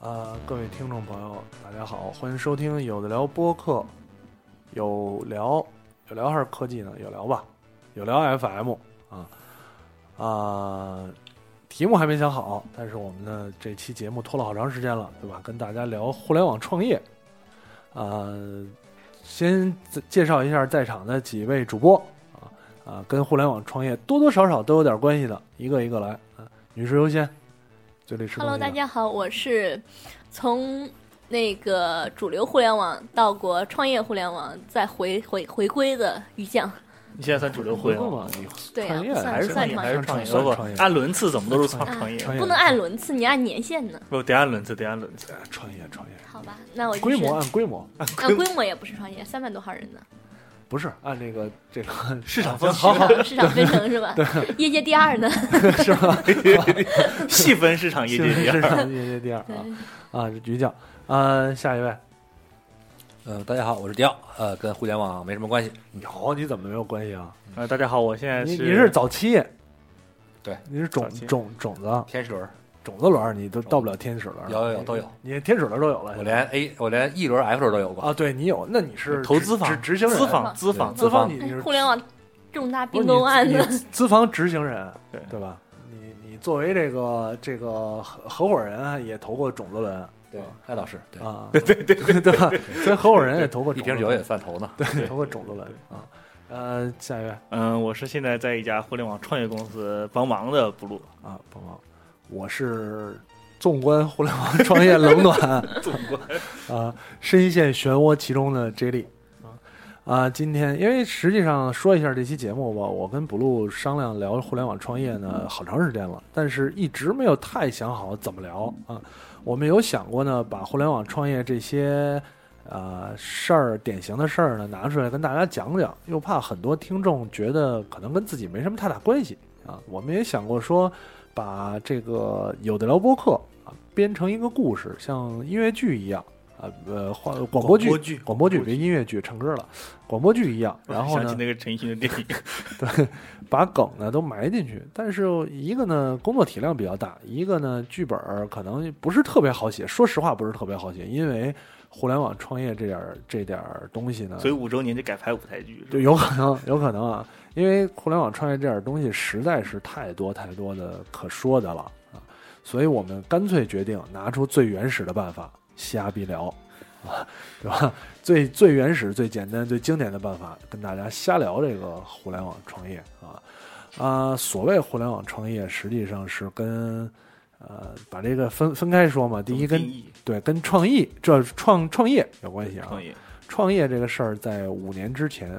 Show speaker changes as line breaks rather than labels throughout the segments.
呃，各位听众朋友，大家好，欢迎收听有的聊播客，有聊有聊还是科技呢？有聊吧，有聊 FM 啊啊、题目还没想好，但是我们呢这期节目拖了好长时间了，对吧？跟大家聊互联网创业，呃，先自介绍一下在场的几位主播啊啊，跟互联网创业多多少少都有点关系的，一个一个来啊，女士优先，嘴里吃东西
Hello，
的。
大家好，我是从那个主流互联网到过创业互联网，再回回回归的于酱。
你现在算主流互联网，
你
对啊
创业
算
还是
算
创业，还
创业
是创业？
算
不不
创业，嗯
按轮次怎么都是创
啊
创业，
创业
不能按轮次，你按年限呢？
不得按轮次，得按轮次。
创业创业，
好吧，那我就是
规模按规模，啊
按规模也不是创业，三万多号人呢，
不是按这个这个
市 场分
行好好
市场分成是吧？业界第二呢？
是吧？
细分市场业界一样
市 场业界第二啊啊，于酱啊，下一位，
呃，大家好，我是迪奥，呃，跟互联网没什么关系，
有你怎么没有关系啊？
呃，大家好，我现在
你
是
你是早期，
对，
你是种
早期
种种子
天使轮
种子轮儿，啊你都到不了天使轮儿，
有有有都有，
你天使轮儿都有了，
我连 A 我连 E 轮 F 轮都有过，
啊，对你有，那你是
投
执
资方
执执行人，
资方资方
资
资
方
方
你你是
互联网重大
不是
并
哦你
购案
你
呢？
资方执行人，啊
对
对吧？你你作为这个这个合合伙人啊也投过种子轮，
对，艾老师，对，
啊， 对对对对对吧？所以合伙人也投过
一
种子
瓶酒也算投呢，
对， 投过种子轮啊。呃，下一位
嗯，我是现在在一家互联网创业公司帮忙的布鲁，
啊，鹏鹏，我是纵观互联网 创业冷暖，
纵观
啊，深陷漩涡其中的 J 莉啊啊，今天因为实际上说一下这期节目吧，我跟 Blue 商量聊互联网创业呢，好长时间了，但是一直没有太想好怎么聊啊。我们有想过呢，把互联网创业这些呃事儿、典型的事儿呢拿出来跟大家讲讲，又怕很多听众觉得可能跟自己没什么太大关系啊。我们也想过说，把这个有的聊播客啊编成一个故事，像音乐剧一样。啊，呃，话广播剧，
广播剧
广播剧别音乐剧，唱歌了，广播剧一样。然后
嗯想起
呢，
那个陈奕迅的电影，
把梗呢都埋进去。但是一个呢，工作体量比较大；一个呢，剧本儿可能不是特别好写。说实话，不是特别好写，因为互联网创业这点儿这点儿东西呢，
所以五周年就改拍舞台剧，
就有可能，有可能啊，因为互联网创业这点东西实在是太多太多的可说的了啊，所以我们干脆决定拿出最原始的办法，瞎逼聊，啊，对吧？最最原始、最简单、最经典的办法，跟大家瞎聊这个互联网创业啊啊，所谓互联网创业，实际上是跟呃把这个分分开说嘛，第一跟对跟创意这创创业有关系啊，
创业，
创业这个事儿，在五年之前，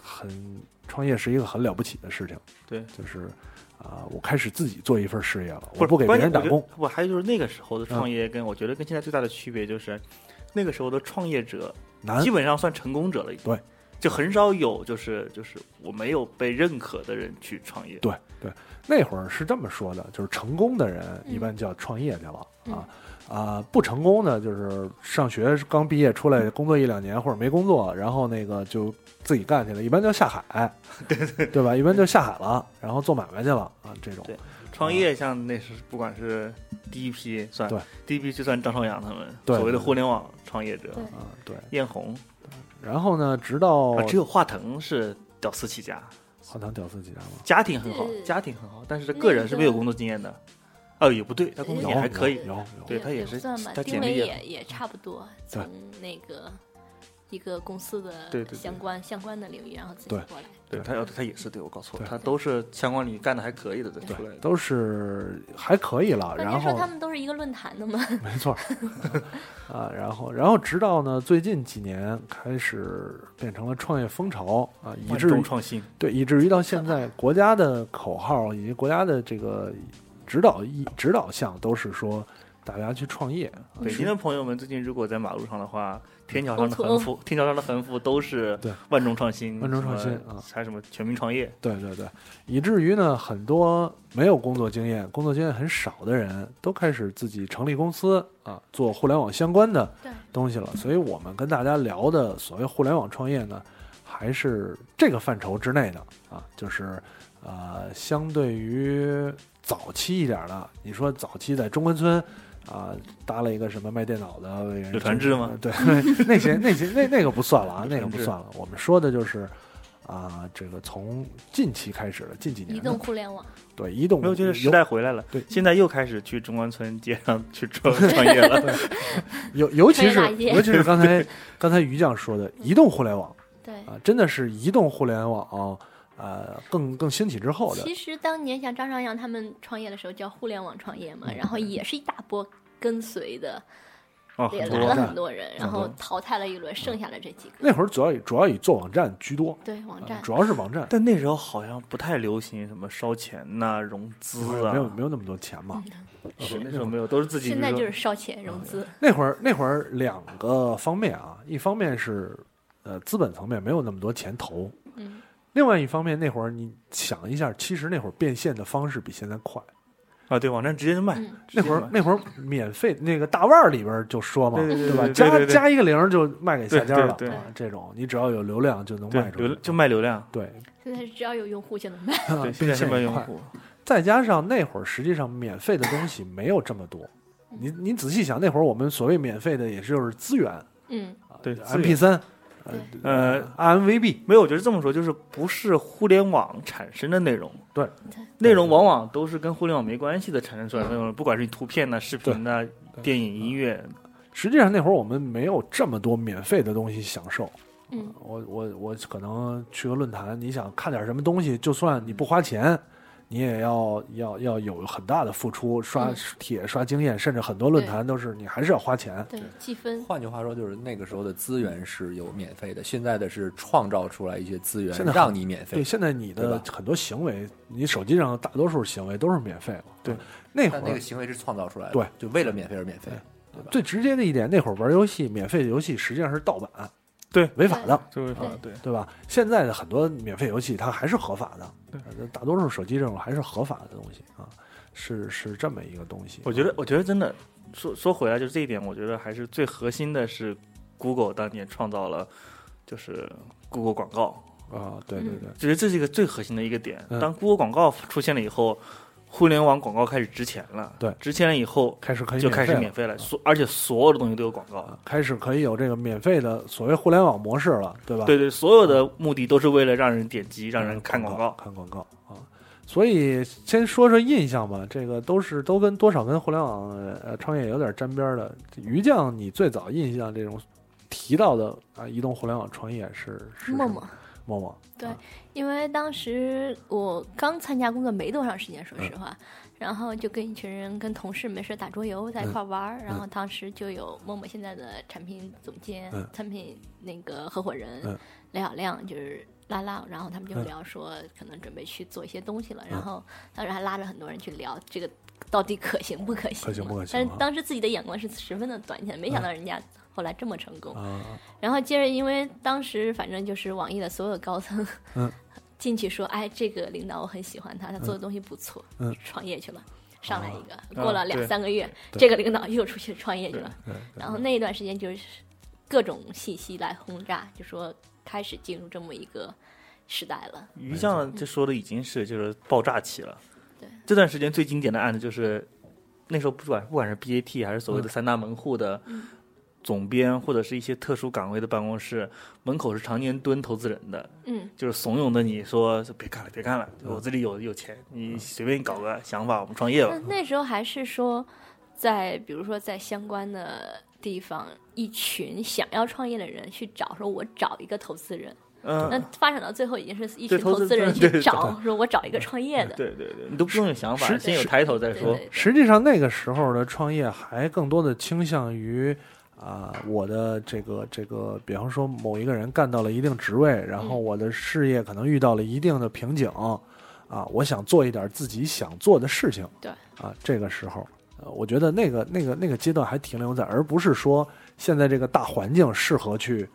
很创业是一个很了不起的事情。
对
就是啊、我开始自己做一份事业了，
是
我不给别
关
人
键
打
我觉
工。嗯
得不，还有就是那个时候的创业跟我觉得跟现在最大的区别就是，那个时候的创业者
难
基，本上算成功者了，已经。
啊对，
就很少有就是就是我没有被认可的人去创业。
对对，那会儿是这么说的，就是成功的人
嗯
一般叫创业去了、啊啊，不成功的就是上学刚毕业出来工作一两年或者没工作，然后那个就自己干去了，一般叫下海，对对吧？一般就下海了，然后做买卖去了啊，这种
对创业像那是不管是第一批算
对，
第一批就算张朝阳他们
对
所谓的互联网创业者
对，
啊对。
艳红
然后呢，直到
啊，只有华腾是屌丝起家，
好像屌丝几家吗？
家庭很好，
对
家庭很好，但是他个人是没有工作经验的。哦，也不对，他工作经验还可以，
有有啊
对他也
也
是
算吧
他，
丁
简历啊
磊
也
也也差不多，从那个一个公司
对
的
对对
相关相关的领域，然后自己
对
过来。
对他要他也是对我搞错了，
对
他都是相关领域干的还可以的，对出来的。
都是还可以了。
那
然
您说
后
他们都是一个论坛的吗？
没错， 啊，然后然后直到呢最近几年开始变成了创业风潮啊，以
万
至于
众创新，
对以至于到现在国家的口号以及国家的这个指导意指导项都是说大家去创业，
啊
北京的朋友们最近如果在马路上的话，天桥上的
我错
横幅，天桥上的横幅都是
对
万众创新，
万众创新
什么
啊
还有什么全民创业，
对对对，以至于呢，很多没有工作经验、工作经验很少的人都开始自己成立公司啊，做互联网相关的
对
东西了。所以我们跟大家聊的所谓互联网创业呢，还是这个范畴之内的啊，就是呃，相对于早期一点的，你说早期在中关村。啊，搭了一个什么卖电脑的为人
柳传志吗？
对，那些那些那那个不算了啊，那个不算了。我们说的就是啊，这个从近期开始的近几年
移
的，
动互联网，
对移动
没有，就是时
尤
代回来了。
对
现在又开始去中关村街上 去创创业了。
尤尤
穿
其
越
是
大街
尤其是 刚才刚才于酱说的移动互联网
对。
啊，真的是移动互联网呃更更兴起之后的
其实当年像张朝阳他们创业的时候叫互联网创业嘛，然后也是一大波跟随的，
哦，
也
很
来
多
了
的
很多人，然后淘汰了一轮，剩下了这几个。
那会儿，主要以主要以做网站居多，
对网
啊
站，
主要是网站，
但那时候好像不太流行什么烧钱呐、融资啊，
没有没有那么多钱
嗯
嘛。
是那时候没有，都是自己。
现在
比
就
如
是烧钱融资，
那会儿那会儿两个方面啊，一方面是呃资本层面没有那么多钱投，
嗯，
另外一方面那会儿你想一下，其实那会儿变现的方式比现在快。
说啊，对，网站直接就卖
嗯。
直接
那会儿
卖
那会儿免费那个大腕儿里边儿就说嘛，
对对对
吧？
对对
加
对对
加一个零儿就卖给下家了
对对对
啊，这种你只要有流量就能卖啊
对
出
流
去。
就卖流量，
对，
现在只要有用户就能卖。
对，现
变
在是
现
卖
也
用
快。
户，
再加上那会儿实际上免费的东西没有这么多，你你仔细想，那会儿我们所谓免费的也就是资源
嗯，
对资源
，MP 三，
呃，
，RMVB，
没有，我觉得这么说，就是不是互联网产生的内容，
对
对，
内容往往都是跟互联网没关系的产生出来的内容，不管是图片呐、视频呐、电影、音乐，
实际上那会儿我们没有这么多免费的东西享受。
嗯，
我我我可能去个论坛，你想看点什么东西，就算你不花钱，你也要要要有很大的付出，刷
嗯
帖、刷经验，甚至很多论坛都是你还是要花钱。
对，积分
换句话说，就是那个时候的资源是有免费的，现在的是创造出来一些资源
现在很
让你免
对，
费。
现在你
对
的
吧
很多行为，你手机上大多数行为都是免费嘛。啊
对，
那会
但那
儿
个行为是创造出来的，
对，
就为了免费而免费。
最直接的一点，那会儿玩游戏，免费的游戏实际上是盗版，
对，
违法的。
就是
对
啊对，
对吧？现在的很多免费游戏它还是合法的，呃大多数手机这种还是合法的东西啊，是是这么一个东西。啊
我觉得，我觉得真的说说回来，就是这一点，我觉得还是最核心的是，Google 当年创造了就是 Google 广告，
啊，对
嗯
对对，
觉得这是一个最核心的一个点。
嗯
当 Google 广告出现了以后，互联网广告开始值钱了，
对
值钱了以后
开始可以
就开始
免
免
费
费了，所而且所有的东西都有广告
了，。啊开始可以有这个免费的所谓互联网模式了，对吧？
对对，所有的目的都是为了让人点击，让人看
广
嗯广告。
看广告啊。所以先说说印象吧，这个都是都跟多少跟互联网呃创业有点沾边儿的。于酱，你最早印象这种提到的啊，移动互联网创业是是
陌
什
陌
么。陌啊陌
因为当时我刚参加工作没多长时间，说
嗯
实话，然后就跟一群人跟同事没事打桌游，
嗯
在一块儿玩儿、然后当时就有陌陌现在的产品总监、
嗯
产品那个合伙人、
嗯
雷小亮，就是拉拉，然后他们就
嗯
聊说可能准备去做一些东西了，然后当时还拉着很多人去聊这个到底可行不可行嘛，
可行不可行
但
啊嗯
是当时自己的眼光是十分的短浅，没想到人家后来这么成功。
啊，
然后接着，因为当时反正就是网易的所有高层，
嗯，
进去说，哎，这个领导我很喜欢他，他做的东西不错，
嗯，
创业去了。上来一个，
啊
过了两
对
三个月，
对
这个领导又出去创业去了。
对
然后那一段时间就是各种信息来轰炸，就说开始进入这么一个时代了。
于酱这说的已经是就是爆炸期了。
对，
这段时间最经典的案子就是那时候不管不管是 BAT 还是
嗯
所谓的三大门户的总编或者是一些特殊岗位的办公室门口是常年蹲投资人的，
嗯，
就是怂恿着你说别干了别干了，我这里有有钱，你随便搞个想法，我们创业吧
那。那时候还是说，在比如说在相关的地方，一群想要创业的人去找，说我找一个投资人，那
嗯，
发展到最后已经是一群
对投
投
资
资人
人对
去
对
找，说我找一个创业的，
对对对，你都不用有想法，
是
先有
是
抬头再
对
说。
对对
实际上那个时候的创业还更多的倾向于啊、我的这个这个，比方说某一个人干到了一定职位，然
嗯
后我的事业可能遇到了一定的瓶颈，啊，我想做一点自己想做的事情。
对
啊，这个时候。呃，我觉得那个、那个、那个阶段还停留在，而不是说现在这个大环境适合去，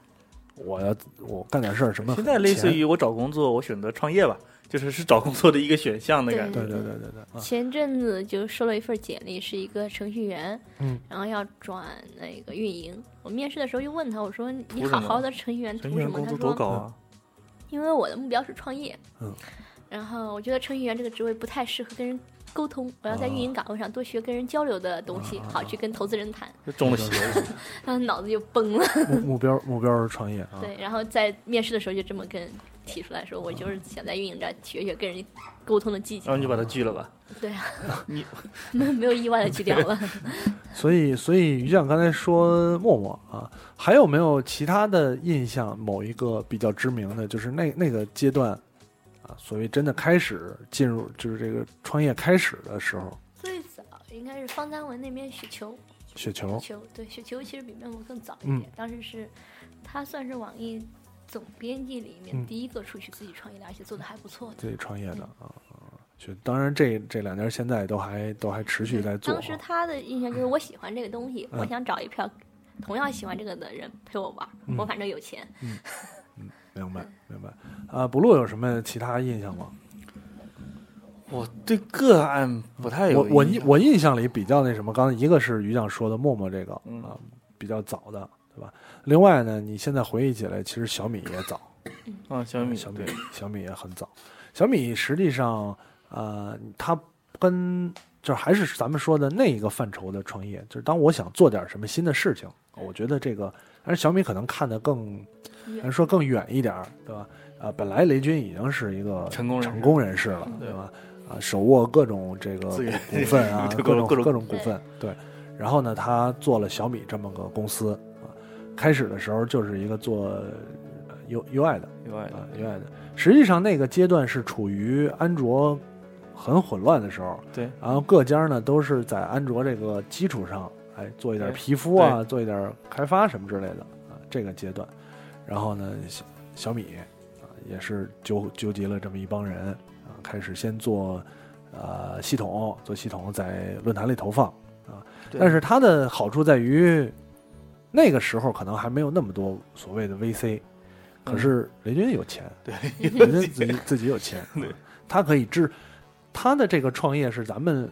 我要我干点事儿什么。
现在类似
钱
于我找工作，我选择创业吧，就是是找工作的一个选项的感觉。
对对对对对
嗯
啊，
前阵子就收了一份简历，是一个程序员，
嗯，
然后要转那个运营。我面试的时候就问他，我说你
图什
好
么
好的程序员
程
图
序员
什么？
工
他
资多
说
高啊？
因为我的目标是创业，
嗯，
然后我觉得程序员这个职位不太适合跟人沟通，我要在运营岗位上多学跟人交流的东
啊
西，好去跟投资人谈。
嗯就中了邪。
他脑子就崩了，
嗯目目标目标是创业啊。
对，然后在面试的时候就这么跟提出来说，我就是想在运营这儿学学跟人沟通的技
然后
巧
啊
你。就把他拒了吧。
对啊，
你
没 有没有意外的去聊 了。
所以，所以于酱刚才说默默啊，还有没有其他的印象？某一个比较知名的，就是那那个阶段啊，所谓真的开始进入，就是这个创业开始的时候，
最早应该是方丹文那边雪球，雪
雪球，
球对雪球其实比面膜更早一
哦嗯
点，当时是他算是网易总编辑里
嗯
面第一个出去自己创业的，而且做的还不错的。
自己创业的啊。雪，当然这这两家现在都还都还持续在做
嗯
啊
当时他的印象就是我喜欢这个东西，
嗯
我想找一票同样喜欢这个的人陪我玩儿，
嗯
我反正有钱。
明
嗯
白明白。啊，不露有什么其他印象吗？
我对个案不太有
我我
印
印
象
我印象里比较那什么，刚才一个是于酱说的陌陌这个、
嗯
啊，比较早的，对吧？另外呢，你现在回忆起来，其实小米也早，
啊，小米
小米
对
小米也很早。小米实际上，呃，它跟就是还是咱们说的那一个范畴的创业，就是当我想做点什么新的事情，我觉得这个，但是小米可能看得更，咱说更远一点儿，对吧？啊、本来雷军已经是一个
成功人士
成功人士了，对吧？啊、手握各种这个
资源，
股份啊
对
各 种
各
各
种
种股份，对。然后呢，他做了小米这么个公司啊，开始的时候就是一个做呃 U U I 的，
另外
啊，另外的，实际上那个阶段是处于安卓很混乱的时候，
对，
然后各家呢都是在安卓这个基础上，哎，做一点
对
皮肤啊，做一点开发什么之类的啊，这个阶段，然后呢，小小米啊也是纠纠集了这么一帮人啊，开始先做呃系统，做系统在论坛里投放啊，
对
但是它的好处在于。那个时候可能还没有那么多所谓的 VC，可是雷军有钱，对，雷军自己自己有钱，对，他可以支，他的这个创业是咱们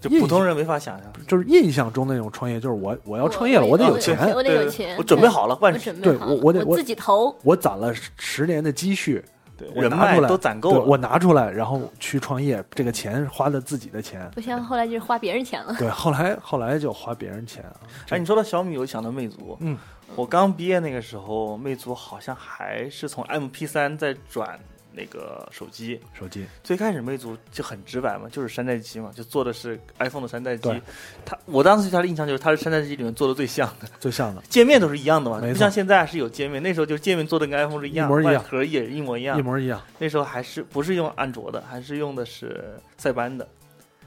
就
印
普通人没法想象。
就是印象中那种创业，就是我我要创业了，
我
得有
钱
钱，，
哦我得
对
有钱，
我准备好了，
对，
万
我准备
对
好
我
了，
我得我
自己投。
我攒了十十年的积蓄，
对
我
人
拿
脉
出来
都攒
对
够了。
我拿出来，然后去创业，这个钱花的自己的钱，
不像后来就是花别人钱了，
对，后来后来就花别人钱啊，
哎，你说到小米，我想到魅族。
嗯，
我刚毕业那个时候，魅族好像还是从 MP 3在转那个手机。
手机
最开始魅族就很直白嘛，就是山寨机嘛，就做的是 iPhone 的山寨机
对。
它我当时对它的印象就是它是山寨机里面做的最像的，
最像的，
界面都是一样的嘛，
没错
不像现在是有界面，那时候就是界面做的跟 iPhone 是一样，
一模一样
外壳也一模一样。
一模一样，
那时候还是不是用安卓的，还是用的是塞班的，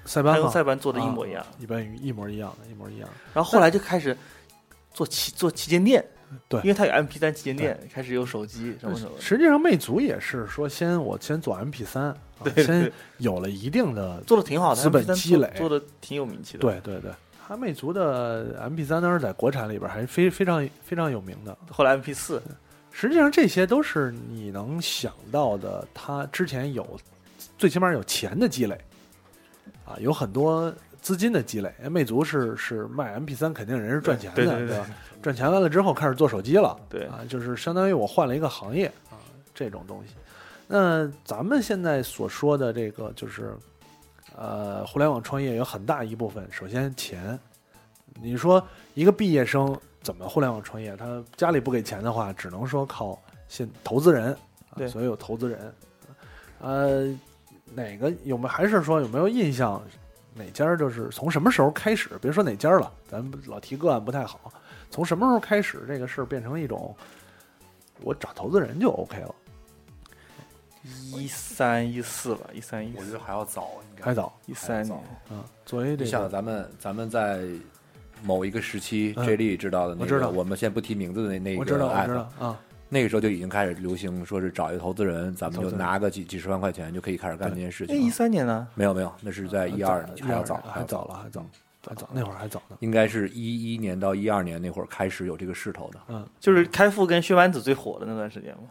塞
它
班
用
嘛，
塞班做的一模一样。
一般一模一样的，一模一样的。
然后后来就开始做旗做旗舰店，
对
因为它有 MP 3旗舰店，开始有手机什么什么的。
实际上，魅族也是说先我先做 MP 三、啊，先有了一定的
做的挺好的，
资本
MP3
积累
做的挺有名气的。，
对对对。它魅族的 MP 三当时在国产里边还是非非常非常有名的。
后来 MP 4
实际上，这些都是你能想到的，它之前有最起码有钱的积累啊，有很多资金的积累。哎魅族是是卖 MP 三，肯定人是赚钱的，
对对对对
吧？赚钱完了之后开始做手机了，
对
啊，就是相当于我换了一个行业啊，这种东西。那咱们现在所说的这个就是，呃，互联网创业有很大一部分，首先钱。你说一个毕业生怎么互联网创业？他家里不给钱的话，只能说靠现投资人，啊、
对
所有投资人。呃，哪个有没有还是说有没有印象？哪家儿就是从什么时候开始？别说哪家儿了，咱们老提个案不太好。从什么时候开始这个事儿变成一种我找投资人就 OK 了，
一三一四吧，一三一
我觉
四
得，还要早，应该
还早
一三年，
啊。作为这
你想
个，
咱们咱们在某一个时期
嗯
，J 莉知道的那个，
我知道
我们先不提名字的那那
我
个
知道，我
app，
知道啊，
那个时候就已经开始流行，说是找一个投资人，咱们
投
就
资人
拿个几几十万块钱就可以开始干这件事
哎，一
情。
三年呢？
没有没有，那是在呃一二嗯还要早，
还
要
呃早了，还早，还早，那会儿还早呢。
应该是一一年到一二年那会儿开始有这个势头的。
就是开复跟薛蛮子最火的那段时间嘛。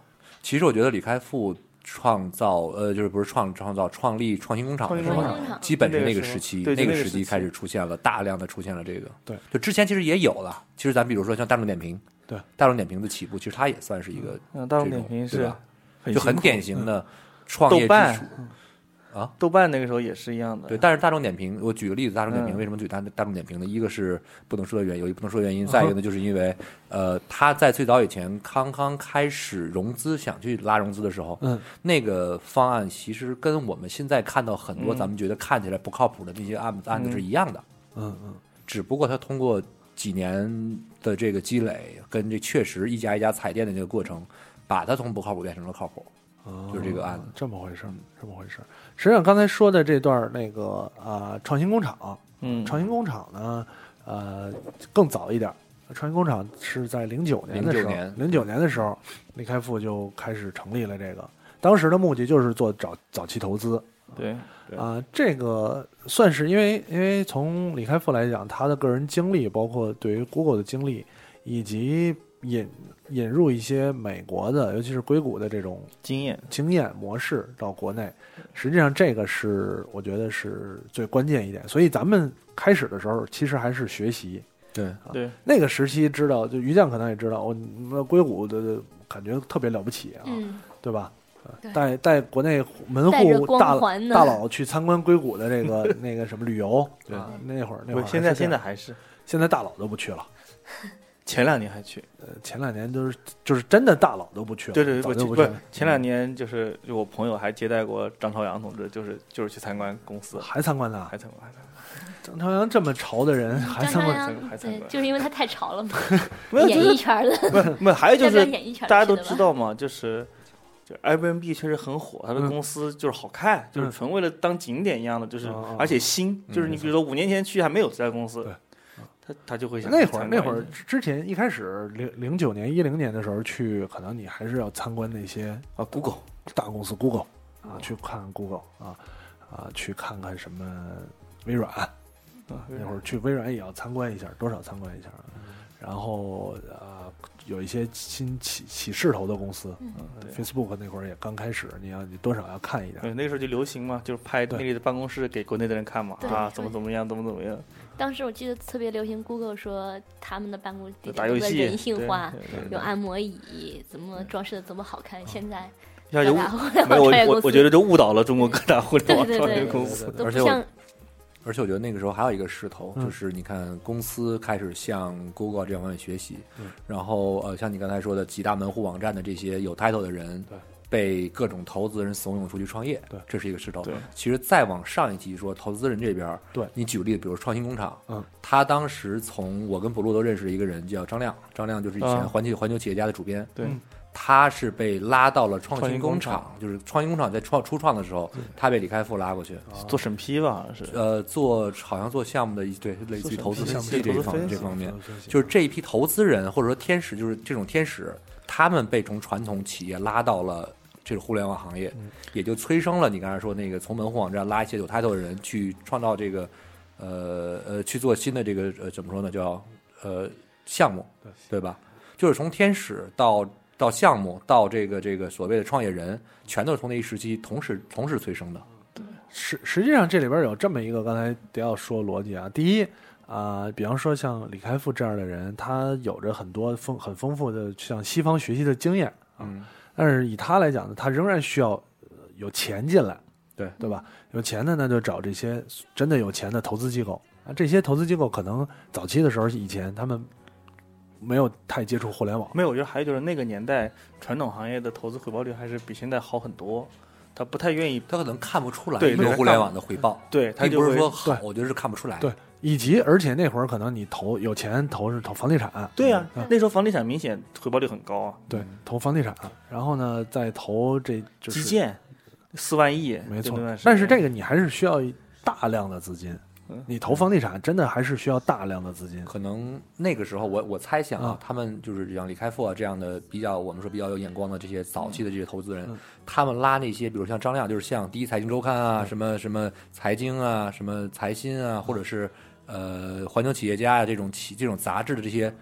其实我觉得李开复创造呃，就是不是创创造创立创新工厂的时
创
候
新
工，厂
基本是
那
那
个
个
时候
时期，
对就
那
那个
时
时
期
期
开始出现了大量的出现了这个。
对，
就之前其实也有了。其实咱比如说像大众点评，
对
大众点评的起步，其实它也算是一个
嗯，大众
这种
点评
对
是
吧
嗯很
就很
辛苦
典型的创业
豆
之
瓣
初。
豆瓣那个时候也是一样的。
对，但是大众点评，我举个例子，大众点评
嗯
为什么举大大众点评呢？一个是不能说的原因，有一不能说的原
嗯
因，再一个呢，就是因为呃，他在最早以前刚刚开始融资，想去拉融资的时候，
嗯，
那个方案其实跟我们现在看到很多
嗯
咱们觉得看起来不靠谱的那些案案子是一样的，
嗯嗯，
只不过他通过几年的这个积累，跟这确实一家一家踩店的这个过程，把它从不靠谱变成了靠谱。就是这个案子
哦这么回事儿，这么回事儿。实际上，刚才说的这段儿那个啊、创新工厂，
嗯，
创新工厂呢，呃，更早一点儿。创新工厂是在零九年的时候，
09年
零九年的时候，李开复就开始成立了这个。当时的目的就是做早早期投资
对，对
啊、这个算是因为因为从李开复来讲，他的个人经历，包括对于 Google 的经历，以及引引入一些美国的，尤其是硅谷的这种
经验。
经验模式到国内，实际上这个是我觉得是最关键一点。所以咱们开始的时候，其实还是学习
对，
对，
那个时期，知道就于酱可能也知道，我那硅谷的感觉特别了不起啊，
嗯，
对吧？呃
对
带带国内门
带着
户大
光环呢
大佬去参观硅谷的这个 那个什么旅游，
对
啊，那会儿那会
我
儿
现
还
在
是这
现
样
在还是
现在大佬都不去了，
前两年还去，
呃，前两年就是就是真的大佬都不去了，
对对
早
对，
就
不
去
是
了，
前两年就是就我朋友还接待过张朝阳同志，就是就是去参观公司，
还参观呢
还。参观还参观，
张朝阳这么潮的人
嗯
还
张
参
朝
观，
参观
阳对，就是因为他太潮了嘛，
没有就
演艺
是
圈儿的，
没有，还有就
代表
是
演艺圈儿的
大家都
去的
知
吧，
道嘛，就是就 Airbnb 确实很火，它的
嗯
公司就是好看，就是
嗯
纯为了当景点一样的，就是、
哦哦
而且新，就是你比如说五年前去还没有这家公司
对，
他他就会想
那
去
会儿
参观
那
一
会儿
下
之前一开始零零九年一零年的时候去，可能你还是要参观那些
啊，Google 哦
大公司 Google 啊，去看看 Google 啊啊，去看看什么微软，
啊，
那会儿去微软也要参观一下，多少参观一下。啊
嗯
然后呃，有一些新起起势头的公司、
嗯对
f a c e b o o k 那会儿也刚开始，你要你多少要看一点。
对，那个时候就流行嘛，就是拍
对
那里的办公室给国内的人看嘛，
对
啊，
对
怎么怎么样，怎么怎么样，
当时我记得特别流行 Google 说他们的办公地
打游
点特别
戏，
人性化
对，对对
有按摩椅，怎么装饰的怎么好看，现在
一下就误
各大互联
没有
网
我
创业
我
公
我
司
觉得就误导了中国各大互联网
对对
创
对
业
对
公司。
都
而
不
且我
像
而且我觉得那个时候还有一个势头，
嗯
就是你看公司开始向 Google 这方面学习，然后呃，像你刚才说的几大门户网站的这些有 title 的人，
对
被各种投资人怂恿出去创业，
对
这是一个势头
对。
其实再往上一级说，投资人这边，
对
你举个例子，比如创新工厂，
嗯，
他当时从我跟补录都认识的一个人叫张亮，张亮就是以前
啊
环球、环球企业家的主编，
对
嗯
他是被拉到了创
创
新
新
工
工
厂，就是创新工厂在创初创的时候，他被李开复拉过去，
做审批吧，好像是
呃，做好像做项目的一对，类似于投资
项目
分析这一
投资
方
分析
这方面，
就
就是这一批投资人或者说天使，就是这种天使，他们被从传统企业拉到了这个互联网行业，
嗯
也就催生了你刚才说那个从门户网站拉一些有 title 的人去创造这个，呃呃，去做新的这个呃怎么说呢，叫呃项目，对吧？就是从天使到到项目到这个这个所谓的创业人，全都是从那一时期同时同时催生的。
实实际上这里边有这么一个刚才迪奥说的逻辑啊，第一啊、比方说像李开复这样的人，他有着很多丰很丰富的向西方学习的经验啊，
嗯
但是以他来讲呢，他仍然需要呃有钱进来，
对
对吧？有钱的那就找这些真的有钱的投资机构啊，这些投资机构可能早期的时候以前他们没有太接触互联网，
没有，我觉得还有就是那个年代传统行业的投资回报率还是比现在好很多，他不太愿意，
他可能看不出来
对
一个
对
互联网的回报，
对他
并
就
不是
会
说好，我觉得是看不出来。
对，以及而且那会儿可能你投有钱投是投房地产，嗯
对呀、那时候房地产明显回报率很高啊，
对，投房地产，然后呢再投这就是
基建四万亿，
没
就
错
那段，时
但是
间
这个你还是需要大量的资金
嗯，
你投房地产真的还是需要大量的资金。
可能那个时候我，我猜想啊
啊，
他们就是像李开复啊这样的比较我们说比较有眼光的这些早期的这些投资人，
嗯
他们拉那些比如像张亮，就是像第一财经周刊
嗯
啊，什么什么财经啊，什么财新啊，或者是呃环球企业家啊这种企这种杂志的这些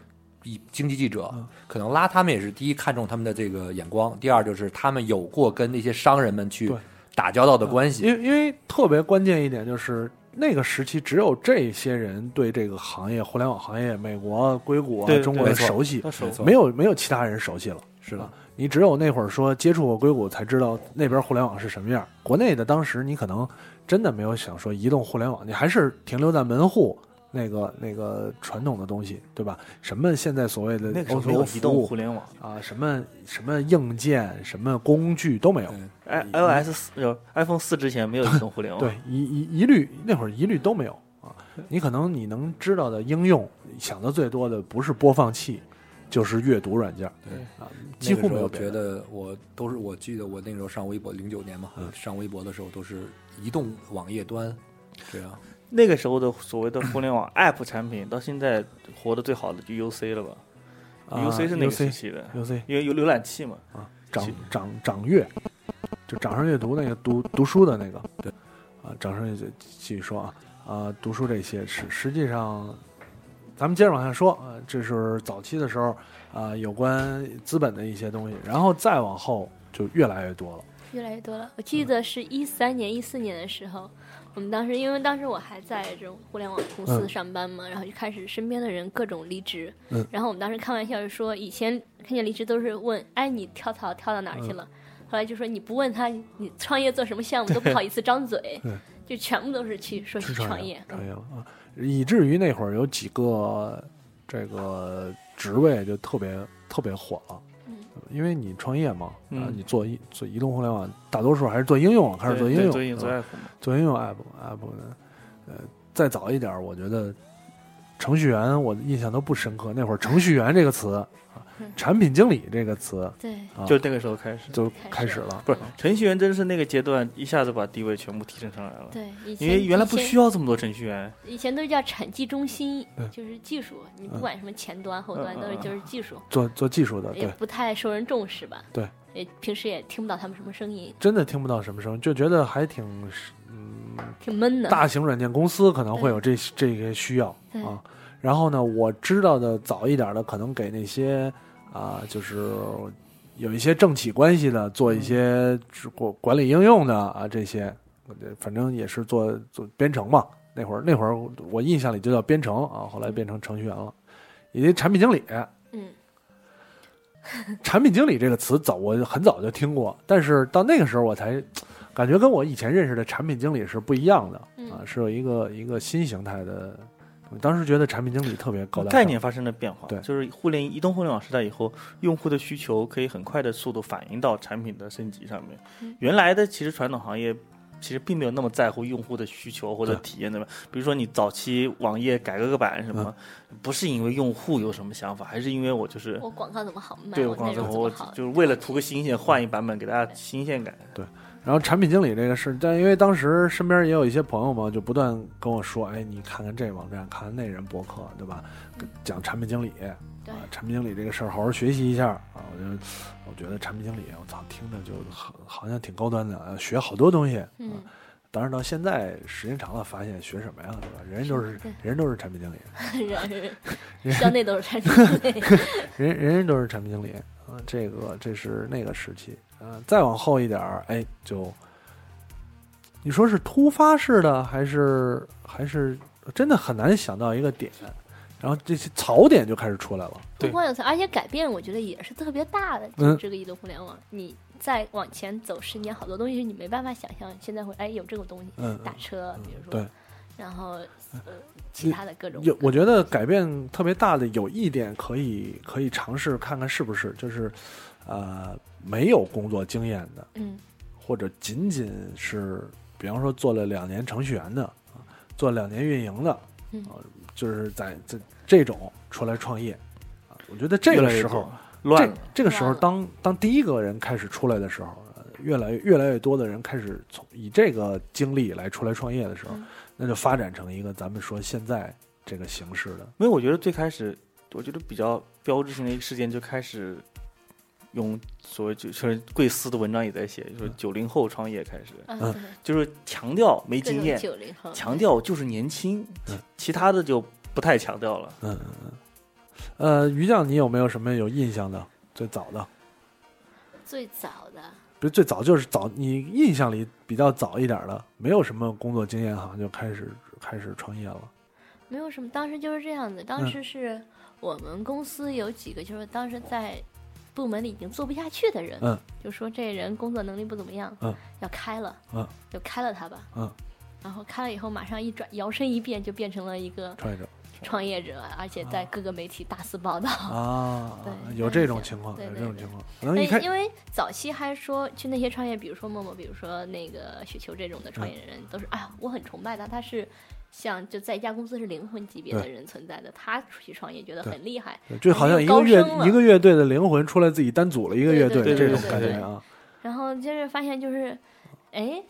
一经济记者，
嗯
可能拉他们也是第一看重他们的这个眼光，第二就是他们有过跟那些商人们去
对
打交道的关系，
因为因为特别关键一点就是那个时期只有这些人对这个行业、互联网行业、美国硅谷
对
啊、
对
中国
没
的
错
熟悉
都，熟
没错
没有没有其他人熟悉了。
是的
啊，你只有那会儿说接触过硅谷，才知道那边互联网是什么样儿。国内的当时你可能真的没有想说移动互联网，你还是停留在门户那个那个传统的东西，对吧？什么现在所谓的
那个时候没
O2O
有移
服
动
务
互联网
啊，什么什么硬件、什么工具都没有，
，i iOS 四有 iPhone 四之前没有移动互联网，
对，一一一律那会儿一律都没有啊。你可能你能知道的应用，想的最多的不是播放器，就是阅读软件儿，
对
啊，
那
几
个
乎
时
没
候
有别
觉
的。
得我都是，我记得我那时候上微博，零九年嘛，上微博的时候都是移动网页端，这样
那个时候的所谓的互联 网 App 产品，到现在活得最好的就 UC 了吧、
啊
u c 是那个时
UC
期的，
UC
因为有浏览器嘛，
掌
其
掌掌阅，就掌上阅读那个读读书的那个，对，啊，掌上阅读继续说啊，啊，读书这些是实际上，咱们接着往下说，啊，这是早期的时候啊，有关资本的一些东西，然后再往后就越来越多了，
越来越多了。我
嗯
记得是一三年、一四年的时候，我们当时因为当时我还在这种互联网公司
嗯
上班嘛，然后就开始身边的人各种离职。
嗯
然后我们当时开玩笑就说，以前看见离职都是问：“哎，你跳槽跳到哪儿去了？”
嗯
后来就说：“你不问他你你创业做什么项目，都不好意思张嘴。
对
就全部都是去说去
是
创
业
业，，
创业了啊，以至于那会儿有几个这个职位就特别特别火了。
嗯
因为你创业嘛，啊，
嗯
你做一做移动互联网，大多数还是做应用了，开始做
对
应
对
用，
做应用
对
做
吧
App 嘛，
做应用 app app 呢，呃，再早一点儿，我觉得程序员我印象都不深刻。那会儿程序员这个词，啊
嗯
产品经理这个词
对，
啊
就那个时候开始，
就开
开
始
始
了。
不是程序员真是那个阶段一下子把地位全部提升上来了，
对，以前
因为原来不
以
需
前
要这么多程序员，
以前都叫产技中心
嗯，
就是技术，你
嗯
不管什么前端后端，
嗯
都是
嗯
就是技术。
做做技术的，
也
对，
不太受人重视吧？
对，
也平时也听不到他们什么声音，
真的听不到什么声，就觉得还挺嗯
挺闷的。
大型软件公司可能会有这这些需要
对
啊。然后呢，我知道的早一点的，可能给那些啊、就是有一些政企关系的，做一些
嗯
管管理应用的啊，这些，反正也是做做编程嘛。那会儿那会儿我印象里就叫编程啊，后来变成程序员了，以及产品经理。
嗯，
产品经理这个词早我很早就听过，但是到那个时候我才感觉跟我以前认识的产品经理是不一样的、
嗯
啊，是有一个一个新形态的。我当时觉得产品经理特别高大上
概念发生了变化，
对
就是互联移动互联网时代以后，用户的需求可以很快的速度反映到产品的升级上面。
嗯
原来的其实传统行业其实并没有那么在乎用户的需求或者
对
体验，对吧？比如说你早期网页改个个版什么，
嗯
不是因为用户有什么想法，还是因为我就是
我广告怎么好卖？
对
我
广
内
告
容怎
我
么好？
就是为了图个新鲜，换一版本给大家新鲜感。
然后产品经理这个事，但因为当时身边也有一些朋友嘛，就不断跟我说：“哎，你看看这网站，看看那人博客，对吧？讲产品经理
对
啊，产品经理这个事儿好好学习一下啊。”我就我觉得产品经理，我操，听着就好，好像挺高端的，啊学好多东西。
嗯，
当然到现在时间长了，发现学什么呀，对吧？人人都是
对
人人都是产品经理，
人
人
校内都是产品经理。
人人人都是产品经理啊、这个这是那个时期啊、再往后一点儿，哎，就你说是突发式的，还是还是真的很难想到一个点，然后这些槽点就开始出来了。
对
不光有而且改变我觉得也是特别大的。
嗯
就这个移动互联网，你再往前走十年，好多东西是你没办法想象。现在会哎有这种东西，
嗯，
打车，比如说，
对嗯
然后呃其他的各种。
有，我觉得改变特别大的有一点可以可以尝试看看是不是，就是呃没有工作经验的，
嗯
或者仅仅是，比方说做了两年程序员的，啊做两年运营的，
嗯
啊，就是在这这种出来创业啊，我觉得这
越
个
来越
时候
多乱了
这这个时候
乱了
当当第一个人开始出来的时候，呃越来越越来越多的人开始从以这个经历来出来创业的时候，
嗯
那就发展成一个咱们说现在这个形式的。
因为我觉得最开始，我觉得比较标志性的一个事件就开始用所谓就就是贵司的文章也在写，就是九零后创业开始，
啊，
嗯
对
就是强调没
各
经
种
验，
九零后
强调就是年轻，
嗯
其其他的就不太强调了。
嗯嗯嗯。呃，于酱，你有没有什么有印象的最早的？
最早的
比如最早就是早，你印象里比较早一点的，没有什么工作经验，好像就开始开始创业了。
没有什么，当时就是这样的。
嗯
当时是我们公司有几个，就是当时在部门里已经做不下去的人，
嗯
就说这人工作能力不怎么样，
嗯
要开了，
嗯
就开了他吧，
嗯
然后开了以后，马上一转，摇身一变就变成了一个
创业者
创业者，而且在各个媒体大肆报道。
啊
哦对
有这种情况，
对
有
对
这
对
种情况。可能一
哎
开，
因为早期还说去那些创业，比如说默默，比如说那个雪球这种的创
嗯
业人，都是哎呀，我很崇拜他，他是像就在一家公司是灵魂级别的人存在的，他出去创业觉得
对
很厉害。
对就好像一
高
个
升
乐
了
一个乐队的灵魂出来自己单组了一个乐队
对
这
对
种
对
感
对
觉
对
啊。
然后接着发现就是，哎，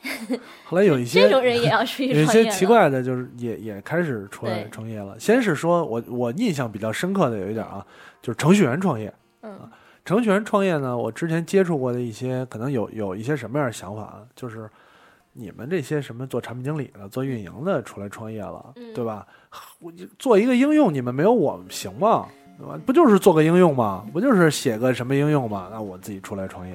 后来有一些
这种人也要出去
有一
创业
些
了
奇怪的，就是也也开始出来
对
创业了。先是说我我印象比较深刻的有一点啊，就是程序员创业。
嗯
啊程序员创业呢，我之前接触过的一些，可能有有一些什么样的想法啊？就是你们这些什么做产品经理的、做运营的出来创业了，
嗯
对吧？我就做一个应用，你们没有我行吗？对吧？不就是做个应用吗？不就是写个什么应用吗？那我自己出来创业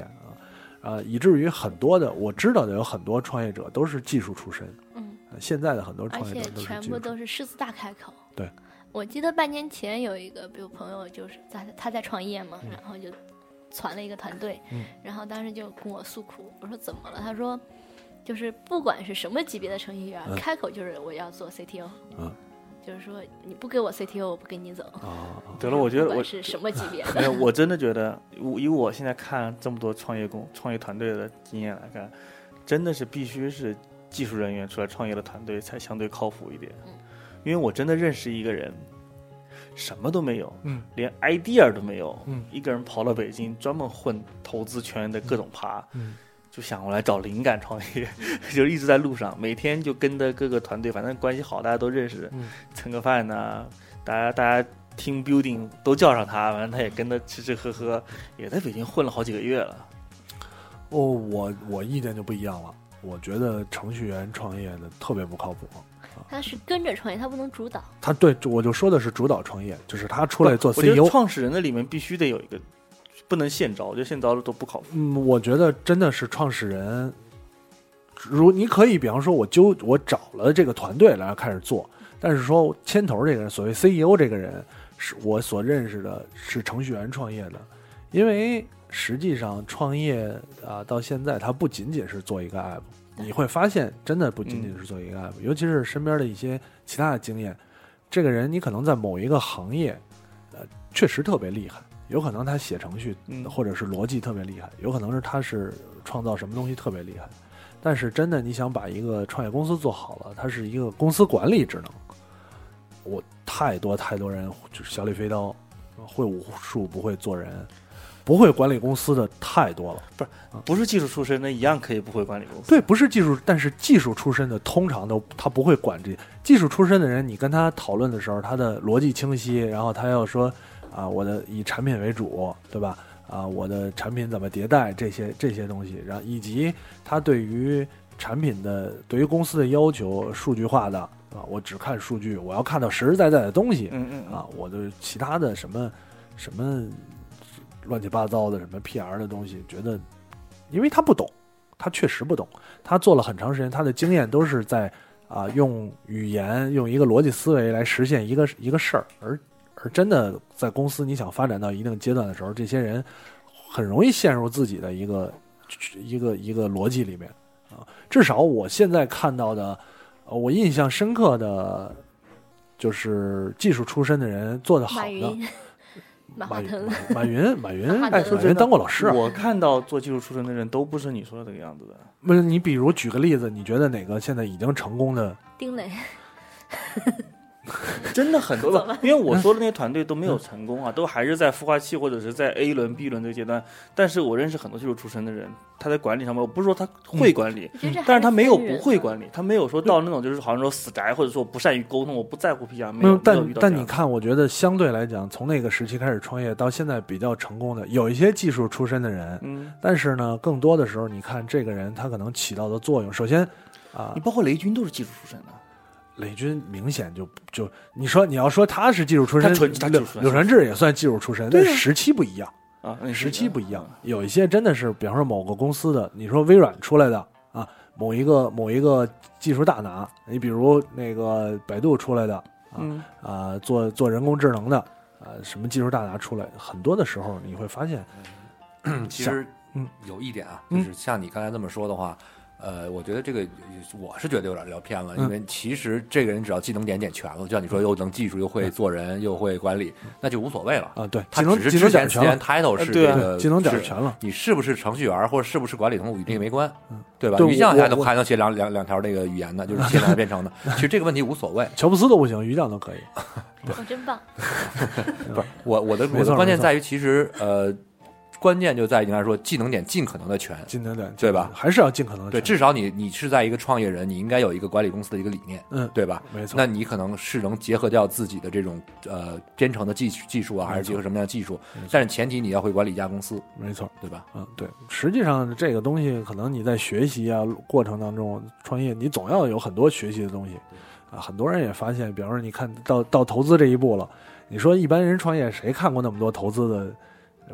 啊，啊，以至于很多的我知道的有很多创业者都是技术出身，
嗯，
呃现在的很多
而
创
且
业者都是
全
技术
部
出身
都是狮子大开口。
对，
我记得半年前有一个，比如朋友就是他他在创业嘛，然后就传了一个团队，
嗯
然后当时就跟我诉苦，我说怎么了？他说就是不管是什么级别的程序员，
嗯
开口就是我要做 CTO，
嗯
就是说你不给我 CTO，我不跟你走。
啊，啊
得了，我觉得
不
我
管是什么级别 的，
没有，我真的觉得，我以我现在看这么多创业工、创业团队的经验来看，真的是必须是技术人员出来创业的团队才相对靠谱一点
嗯。
因为我真的认识一个人，什么都没有，
嗯，
连 idea 都没有，
嗯，
一个人跑到北京专门混投资圈的各种趴，
嗯，
就想过来找灵感创业， 就一直在路上，每天就跟着各个团队，反正关系好，大家都认识，
嗯
蹭个饭呐、大家大家 team building 都叫上他，反正他也跟着吃吃喝喝，也在北京混了好几个月了。
哦，我我意见就不一样了，我觉得程序员创业的特别不靠谱。
他是跟着创业，他不能主导。
他对我就说的是主导创业，就是他出来做 E
我觉得
CEO。
创始人的里面必须得有一个，不能现招，我觉得现招的都不靠谱。
嗯，我觉得真的是创始人，如你可以比方说，我揪我找了这个团队来开始做，但是说牵头这个人，所谓 CEO 这个人，是我所认识的是程序员创业的，因为实际上创业啊到现在，它不仅仅是做一个 app，你会发现真的不
嗯
仅仅是做一个 app，、尤其是身边的一些其他的经验，这个人你可能在某一个行业，呃，确实特别厉害。有可能他写程序
嗯
或者是逻辑特别厉害，有可能是他是创造什么东西特别厉害。但是真的，你想把一个创业公司做好了，它是一个公司管理职能。我太多太多人就是小李飞刀，会武术不会做人，不会管理公司的太多了。
不是技术出身的，一样可以不会管理公司。
啊对，不是技术，但是技术出身的通常都他不会管这技术出身的人，你跟他讨论的时候，他的逻辑清晰，然后他要说啊，我的以产品为主，对吧？啊，我的产品怎么迭代这些这些东西，然后以及他对于产品的对于公司的要求数据化的啊，我只看数据，我要看到实实在在的东西，
嗯嗯嗯
啊，我的其他的什么什么乱七八糟的什么 PR 的东西，觉得因为他不懂，他确实不懂，他做了很长时间，他的经验都是在啊、用语言用一个逻辑思维来实现一个一个事儿，而而真的在公司你想发展到一定阶段的时候，这些人很容易陷入自己的一个一个一个逻辑里面啊。至少我现在看到的，呃我印象深刻的。就是技术出身的人做的好
马
的，
云， 马化
马云
腾，
马马云，马云，
马化
哎
腾
马云当过老师啊。
我看到做技术出身的人都不是你说的这个样子的。
不是你，比如举个例子，你觉得哪个现在已经成功的
丁磊，
真的很多
怎 么
了，因为我说的那些团队都没
嗯
有成功啊，都还是在孵化器或者是在 A 轮、B 轮这个阶段。但是我认识很多技术出身的人，他在管理上面，我不是说他
嗯
会管理，
我觉得这还
但是他没有
分
不
人
会
的
管理，他没有说到那种就是好像说死宅，或者说我不善于沟通，我不在乎 PR，没有没
没有，
有
但
遇到这
但
样
你看，我觉得相对来讲，从那个时期开始创业到现在比较成功的，有一些技术出身的人，
嗯，
但是呢，更多的时候，你看这个人他可能起到的作用，首先
啊你包括雷军都是技术出身的，
雷军明显就就你说你要说他是技术出身，
他纯他
柳
技术出身
柳传志也算技术出身，但时期不一样，
啊，那
时期不一样，有一些真的是，比方说某个公司的，你说微软出来的啊，某一个某一个技术大拿，你比如那个百度出来的
嗯，
啊、做做人工智能的。啊，什么技术大拿出来？很多的时候你会发现，
其
像
实，
嗯
有一点啊，就
嗯
是像你刚才这么说的话，呃，我觉得这个我是觉得有点聊偏了，
嗯
因为其实这个人只要技能点点全了，就像你说，又能技术，又会做人，又会管理，那就无所谓了。
啊，对，
他
技能
只
技
是
能
之
点
前
全了，
title
呃
是
对
这
啊
个
对，技能点
是
全了。
你是不是程序员或者是不是管理层与这个没关，对吧？
嗯对
于酱
我
还能
我
还能写两两两条那个语言呢，就是写两条编 程的。其实这个问题无所谓，
乔布斯都不行，于酱都可以。
我哦真棒，
不是我我的
没
我
错
的关键
没错
在于，其实呃，关键就在于应该说技能点尽可能的全，
技能点
对吧
还是要尽可能
对，
全
至少你你是在一个创业人，你应该有一个管理公司的一个理念，
嗯，
对吧？
没错。
那你可能是能结合掉自己的这种呃编程的技术技术啊，还是结合什么样的技术？但是前提你要会管理一家公司，
没错，
对吧？
嗯，对，实际上这个东西可能你在学习啊过程当中，创业你总要有很多学习的东西啊。很多人也发现，比方说你看到到投资这一步了，你说一般人创业谁看过那么多投资的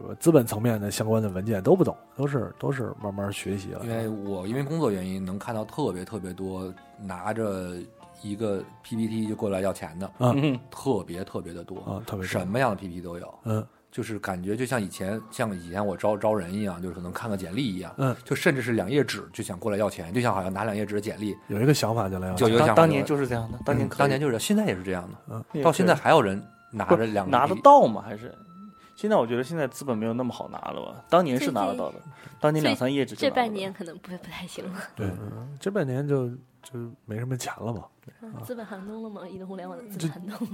呃资本层面的相关的文件都不懂，都是都是慢慢学习了
因。为
嗯
我因为工作原因，能看到特别特别多拿着一个 PPT 就过来要钱的，
啊
嗯
特别特别的
哦
多
啊特别多
什么样的 PPT 都有，
嗯
就是感觉就像以前像以前我招招人一样，就是可能看个简历一样，
嗯，
就甚至是两页纸就想过来要钱，就像好像拿两页纸的简历，
有一个想法就来了，
就有想
当
法
当年就是这样的，当年
嗯
可以
当年就是现在也是这样的，
也
到
可
现
以
在还有人拿
不
着两
拿得
笔
到吗？还是现在我觉得现在资本没有那么好拿了吧？当年是拿得到的，当年
最
两三页纸就
这
拿得到
半年可能不不太行了，
对，嗯这半年就就没什么钱了嘛，
嗯资本寒冬了嘛，移动互联网的资本寒冬。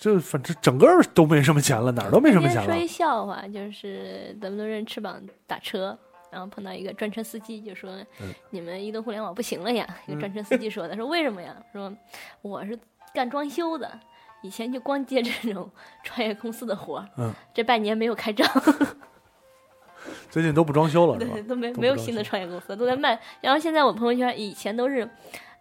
就反正整个都没什么钱了，哪儿都没什么
今
钱
天
了
说一。笑话，就是咱们都认翅膀打车，然后碰到一个专车司机，就说：“
嗯
你们移动互联网不行了呀？”
嗯
一个专车司机说的，说为什么呀？说我是干装修的。以前就光接这种 创业公司的活儿，
嗯
这半年没有开张，
最近都不装修了是吧
对，？都没
不
没有
装
新的
修
创业公司，都在卖。然后现在我朋友圈以前都是，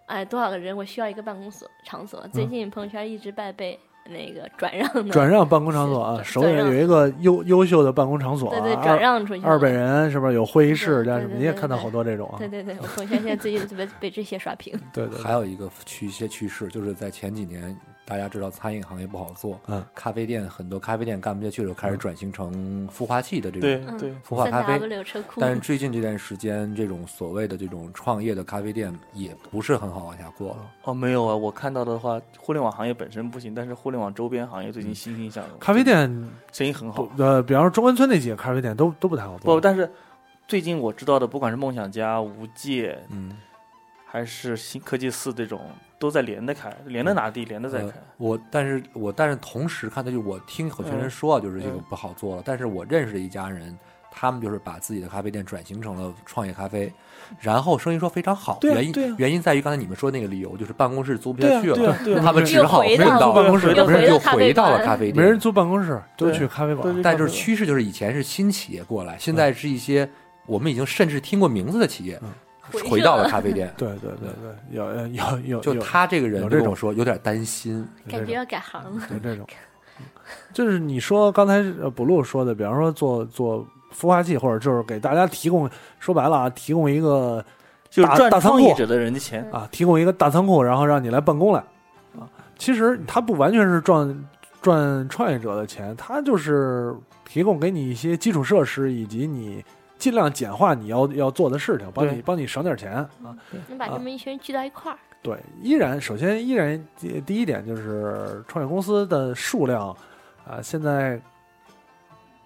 哎，多少个人我需要一个办公所场所，最
嗯
近朋友圈一直在被那个转让的，
转让办公场所啊，
是
首
转
尔
让
有一个优优秀的办公场所啊，
对对转
二
让出去了
二百人是不是有会议室加
对对
什么？
对
你也
对
看到
对
好多这种啊
对，对对，我朋友圈现在最近就被被这些刷屏。
对对，
还有一个趋一些趋势，就是在前几年，大家知道餐饮行业不好做，
嗯，
咖啡店很多咖啡店干不下去了，开始转型成孵化器的
嗯
这
对
种
嗯
对，
孵化咖啡。
W 车库，
但 是最近这段时间，这种所谓的这种创业的咖啡店也不是很好往下过了。
哦，没有啊，我看到的话，互联网行业本身不行，但是互联网周边行业最近欣欣向荣，
咖啡店
生意很好
不。呃，比方说中关村那几个咖啡店都都不太好
不，
做，
但是最近我知道的，不管是梦想家、无界，
嗯，
还是新科技四这种，都在连着开，连着拿地，连着在
呃
开。
我但是我但是同时看到，就我听有些
嗯
人说啊，就是这个不好做了。但是我认识的一家人，他们就是把自己的咖啡店转型成了创业咖啡，然后生意说非常好。
对啊
原因、
对啊
原因在于刚才你们说那个理由，就是办公室租不
对
下
啊，
去了，
对啊，对啊，
他们只好
又回
到
到
办公室
他
没
们
人
又
咖啡
回到了
馆
咖啡
没
店。
人租办公室，都
对
去咖啡
都
馆
去。
但就是趋势就是以前是新企业过来，现在是一些我们已经甚至听过名字的企业
嗯
回去
回到了咖啡 店。
对对对对，有呃有有
就
有
他这个人
有
就
这
跟
种
我说有点担心，
有
感觉
这种
要改行了。
有这种，嗯就是你说刚才呃补录说的，比方说做做孵化器，或者就是给大家提供，说白了啊，提供一个
就是
大
赚
大仓
创业
库
者的人的钱。
啊，提供一个大仓库，然后让你来办公来啊。其实他不完全是赚赚创业者的钱，他就是提供给你一些基础设施，以及你尽量简化你要要做的事情，帮你
对
帮你省点钱啊。
能把这么一群人聚到一块儿，
对，依然首先依然呃第第一点就是创业公司的数量啊，现在。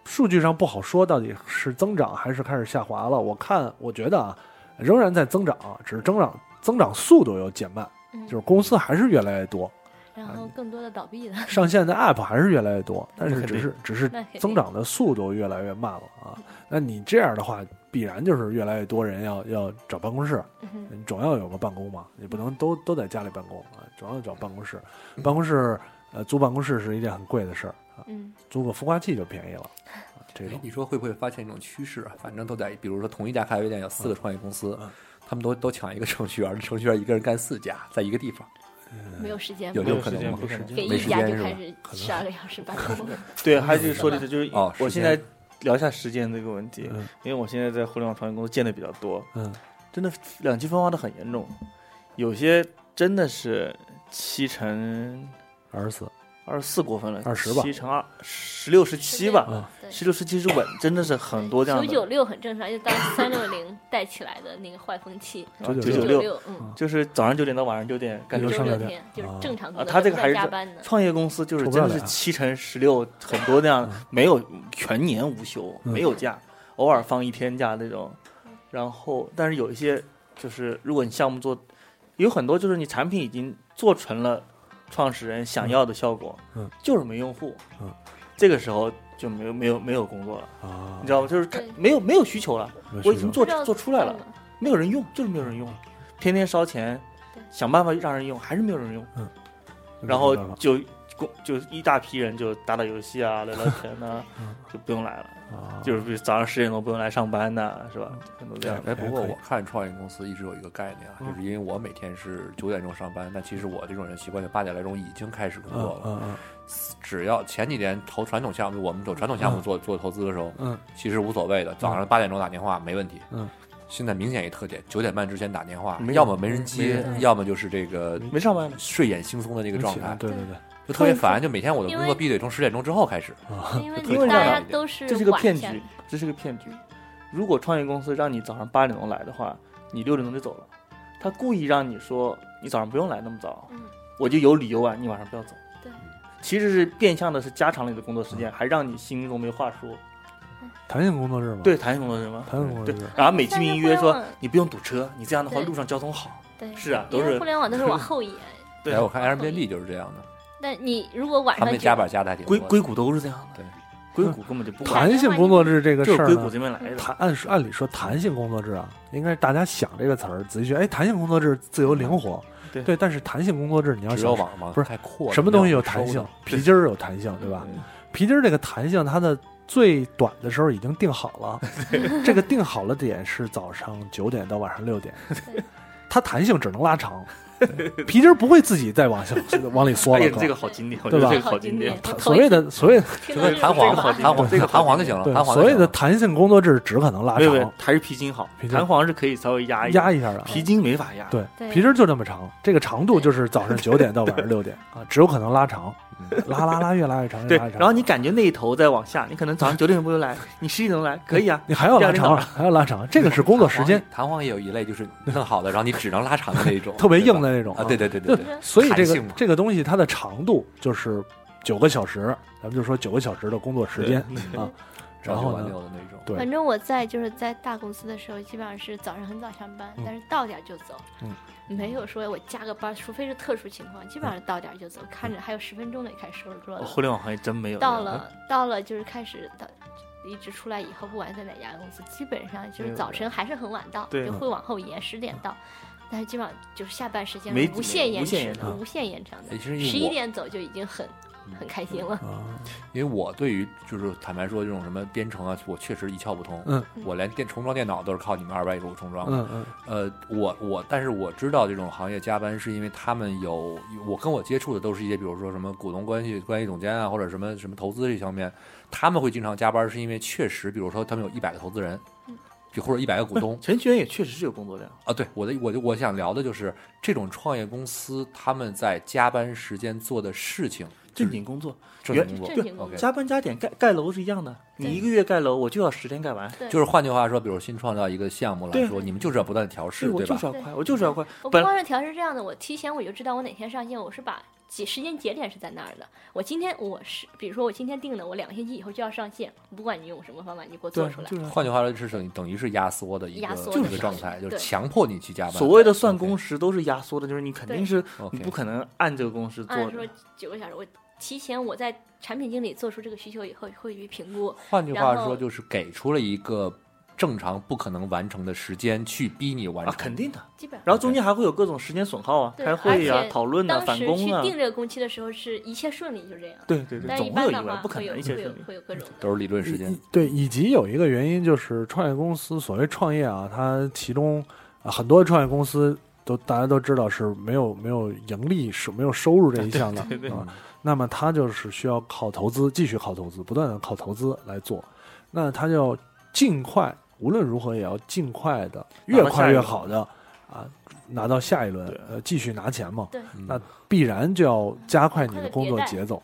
数据上不好说，到底是增长还是开始下滑了？我看，我觉得啊，仍然在增长，只是增长增长速度有减慢。
嗯
就是公司还是越来越多。
然后更多的倒闭的，
上线的 App 还是越来越多，但是
肯
只
定
是只是
那肯定嗯
增长的速度越来越慢了啊。那你这样的话，必然就是越来越多人要要找办公室，
嗯哼
你总要有个办公嘛，你不能都都在家里办公啊，总要找办公室。
嗯
办公室呃，租办公室是一件很贵的事儿啊，
嗯，
租个孵化器就便 宜了。啊这
哎
种
你说会不会发现一种趋势啊？反正都在，比如说同一家咖啡店有四个创业公司
嗯，
他们都都抢一个程序员， 程序员一个人干四家，在一个地方，
没有时间
有
嘛
这
没有
种可
时
能
间
吗
不？可能。
给
没
一
时
家
间
就是
吧
开始十二个小时办公，
对，还是说的这就是
哦
我
时
现
间
在聊一下时间这个问题，
嗯
因为我现在在互联网创业公司见的比较多，
嗯，
真的两极分化的很严重，有些真的是七乘
二十四，
二十四过分了，
20吧
七乘二十六十七吧，
嗯
对
十六十七是稳，真的是很多这样
九
的
九六很正常，就当三六零带起来的那个坏风 气，
九
九
九
九
六，
六，嗯，
就是早上九点到晚上九点，感觉
九
九
上
六
六
天就是
啊
正常工
啊
作，
他这
不
个
带
还是
加
在
班的，
创业公司就是
出不
真
了
的是
来啊
七乘十六，很多那样没有全年无休，
嗯
没有假，偶尔放一天假那种。
嗯
然后，但是有一些就是，如果你项目做，有很多就是你产品已经做成了创始人想要的效果，
嗯
就是没用户，
嗯
这个时候就没有没有没有工作了，
啊，
你知道吗？就是
对
没有没有需求了，
没
我
时
已经
间
做
不知道
做出来了
干，嘛，
没有人用，就是没有人用，天天烧钱
对，
想办法让人用，还是没有人用。然后
没办法
就公就一大批人就打打游戏 啊，聊聊天呐、
嗯嗯
就不用来了。
啊
就是比如早上十点钟不用来上班呐，是吧？很多这样的。
哎，不过
可以
我看创业公司一直有一个概念啊，
嗯
就是因为我每天是九点钟上班，但其实我这种人习惯就八点来钟已经开始工作
嗯
了。
嗯
只要前几年投传统项目，我们走传统项目做做投资的时候，
嗯
其实无所谓的，早上八点钟打电话没问题。
嗯，
现在明显一特点，九点半之前打电话，
没有
要么没人
没
接
人，
嗯
要么就是这个
没上班呢，
睡眼惺忪的那个
嗯，
状
起来
态，
对对对，
就特别烦。就每天我的
因
工
为
作必须得从十点钟之后开始。
因
就
为
推
大
上
家
来
一点
都是
这是个
晚
骗
下
局，这是个骗局。如果创业公司让你早上八点钟来的话，你六点钟就走了。他故意让你说你早上不用来那么早，
嗯
我就有理由啊，你晚上不要走。
对，
其实是变相的是加长了你的工作时
嗯
间，还让你心中没话说。
弹性工作日嘛，
对，弹性工作日吗？
弹性工作
对
日，
然后美其名曰说
但是互联网
你不用堵车，你这样的话
对
路上交通好。
对，
是啊都
因为
是
互联网都是往后延。
对
哎，我看 Airbnb 就是这样的，
那你如果晚
他
上
们
九
加班加的还挺多
硅
的。
硅谷都是这样的，
对，
硅谷根本就不管，
弹性工作日这个
就
事
是
儿
硅谷
呢，
这边来的。
弹按说按理说弹性工作制啊，应该是大家想这个词儿，仔细学，哎，弹性工作制自由灵活，
嗯对
但是弹性工作制你要
只有
想
往往
不是
太阔了，
什么东西有
没
弹
收
性
的？
皮筋儿有弹性，对
哎
吧？皮筋儿这个弹性，它的最短的时候已经定好了，这个定好了点是早上九点到晚上六点
对，
它弹性只能拉长，皮筋儿不会自己再往下 往里缩
哎
了。
呀
哥，
这个好经典，我觉
对
得
吧
这个好经典。
好经典
所谓的所谓的
听
就
到
是弹簧嘛，弹簧，
这
这个弹簧就行了，
对
弹簧就
所谓
行
的
了
弹性工作制只可能拉
啊没有没有
长，，
还是皮筋好
皮，筋
弹簧是可以稍微压一
压一下啊的。
皮筋没法压。
对，
对
皮筋儿就这么长，这个长度就是早上九点到晚上六点啊，只有可能拉长，拉拉拉越拉越长，越
对
拉越，长。
然后你感觉那一头在往下，你可能早上九点钟不就来，你十一点钟来可以啊。
你还要拉
第二天早
长，还要拉长，这个是工作时间
弹簧弹簧也有一类就是弄好的，然后你只能拉长的那一种，
特别 硬
对吧
的那种
啊，对对对
就
对对，
所以这
弹
个
性嘛
这个东西它的长度就是九个小时，咱们就说九个小时的工作时间啊。
朝
然
九
后
晚
呢，
六的那种，
对
反正我在就是在大公司的时候，基本上是早上很早上班，
嗯
但是到点儿就走，
嗯
没有说我加个班，除非是特殊情况，基本上是到点儿就走，看着还有十分钟的开始收拾桌
哦
子。
互联网行业真没有
到了到了就是开始到离职出来以后，不管在哪家公司，基本上就
没
是
有
早晨还是很晚到，
对
就会往后延，十点到。但是基本上就是下班时间
没
是无限延
无限
迟
延
的，
长
无限延长的
哎，其实
十
因
一
为
点走就已经很
嗯
很开心了。
啊，
我因为我对于就是坦白说这种什么编程啊，我确实一窍不通，
嗯
我连电重装电脑都是靠你们二百给我重装的，
嗯嗯
呃，我我，但是我知道这种行业加班是因为他们有，我跟我接触的都是一些，比如说什么股东关系关系总监啊，或者什么什么投资这方面，他们会经常加班，是因为确实，比如说他们有一百个投资人，
嗯
就或者一百个股 东
程序员也确实是有工作量，
啊。对，我的我就我想聊的就是这种创业公司他们在加班时间做的事情，
正经工作，
正
原
经工
正经
作
工
OK。
加班加点盖盖楼是一样的。你
对
一个月盖楼，我就要十天盖完。
对，
就是换句话说，比如新创造一个项目来
对
说，你们就是要不断的调试，
我
对
就
吧
是？要
对
快，我就是要快。
我不
本
光是调是这样的，我提前我就知道我哪天上线，我是把节时间节点是在那儿的。我今天我是，比如说我今天定的，我两个星期以后就要上线，不管你用什么方法，你给我做出来。
就是
换句话说，是等于等于是压缩的一
压
个
缩
一
的
个
是
状态，就是
对
强迫你去加班。
所谓的算
OK，
工时都是压缩的，就是你肯定是
OK
你不可能按这个工时做
按说
的。
九个小时，我提前我在产品经理做出这个需求以后会去评估，
换句话
然
说，
后
就是给出了一个正常不可能完成的时间去逼你完
啊
成，，
肯定的。
基本上。
然后中间还会有各种时间损耗啊，
对
开会
而
啊、
且
讨论啊、
当
返
时
工
去
啊，
定这个工期的时候是一切顺利，就这样。
对对对，
但一
总会有
般
意
的话
外，不可
会有
能一切
会有
顺利。嗯
会有各种的。
都是理论时
以
间
以。对，以及有一个原因就是创业公司，所谓创业啊，它其中、啊、很多创业公司都大家都知道是没有没有盈利是没有收入这一项的
对对对
嗯
啊。那么它就是需要靠投资，继续靠投资，不断的靠投资来做。那它要尽快，无论如何也要尽快的，越
拿到下
快
一
越
轮
好的啊，拿到下一轮
对，
呃，继续拿钱嘛。
对
嗯
那必然就要加快你
快
的
地
工作
迭代
节奏。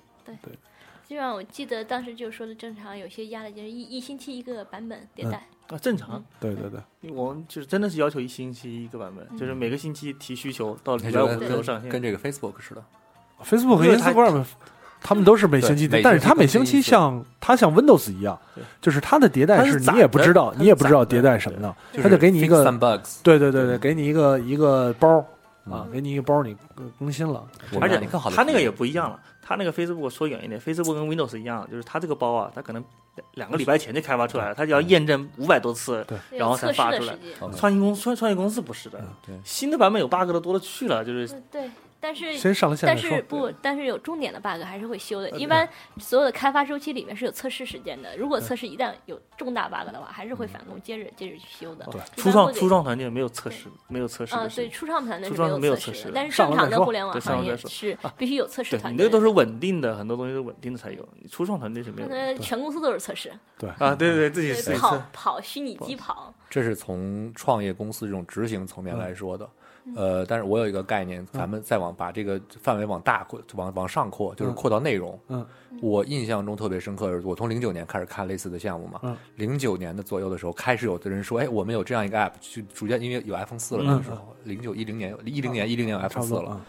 基本上我记得当时就说的正常，有些压的就是一一星期一个版本迭代。
啊，正常
嗯。
对对对。
我们就是真的是要求一星期一个版本，就是每个星期提需求到礼
嗯他
拜
觉
五
得
的时候上
跟
线。
跟这个 Facebook 似的，
Facebook 和
因为它
Instagram，他们都是每星期
对
的，但是它
每
每
星期
星
更
期
新一次
像它像 Windows 一样
对，
就是它的迭代
它是
是你
攒
也
的
不知道，
它
你
是
也不知道
攒
迭
的
代什么的，
就
它
是
就给你一
fix
个
some bugs。
对对对对，给你一个一个包儿啊
嗯，
给你一个包儿，你更更新了，
我
而
们
且
让你更好的，
它那个也不一样了，它那个 Facebook 说远一点，Facebook 跟 Windows 一样，就是它这个包啊，它可能两个礼拜前就开发出来了，它就
嗯
要验证五百多次。
对
然后才
测试
发
的
出
时
来
间。
OK
创新公创创业公司不是的，
对
新的版本有 bug 的多了去了，就是
嗯对，但是
先上了线再
但
说
是。不，但是有重点的 bug 还是会修的。
呃
一般所有的开发周期里面是有测试时间的，如果测试一旦有重大 bug 的话，还是会返工接着接着去修的。一
嗯初
般
创
会给
初创团队没有测试，没有测试
啊，
的时
对，
间。
初创团队
初
是
创是没有测
测
试
试
的
的，但是
上
正
了
常的
再说
互联网
对上了
行业
再说啊
是必须有测试
对
团
你
队
那
的。
个都是稳定的，很多东西都稳定的才有，你初创团队是没有的
那全公司都是测试，
啊。对对，对自己
对，
谁
跑跑虚拟机跑，
这是从创业公司这种执行层
嗯
面来说的。呃，但是我有一个概念，咱们再往把这个范围往大扩，往往上扩，就是
嗯
扩到内容。
嗯，
我印象中特别深刻的是，我从零九年开始看类似的项目嘛
嗯，
零九年的左右的时候，开始有的人说，哎，我们有这样一个 app，去逐渐因为有 iPhone 四了，那个时候零九一零年一零年一零年有
嗯差
iPhone
不
四
多
了，
啊，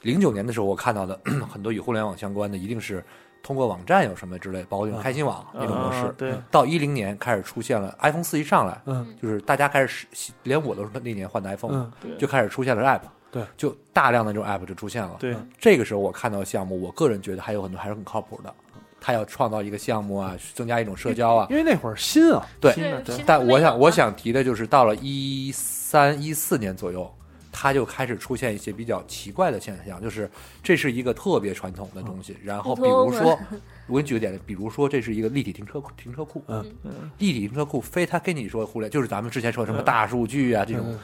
零九年的时候，我看到的 很多与互联网相关的，一定是通过网站有什么之类，包
嗯
括那种开心网那种模式
啊。对，
到一零年开始出现了 iPhone 四一上来，
嗯
就是大家开始使，连我都是那年换的 iPhone，嘛、
嗯，
对
就开始出现了 app，
对，
就大量的这种 app 就出现了。
对，
这个时候我看到项目，我个人觉得还有很多还是很靠谱的，他要创造一个项目啊，增加一种社交啊，
因为那会儿新啊，
对
新的对
对
但我想我想提的就是，到了一三一四年左右，它就开始出现一些比较奇怪的现象，就是这是一个特别传统的东西。然后比如说，我给你举个点，比如说这是一个立体停车库停车库，
嗯嗯
嗯
立体停车库非他跟你说互联，就是咱们之前说什么大数据啊这种，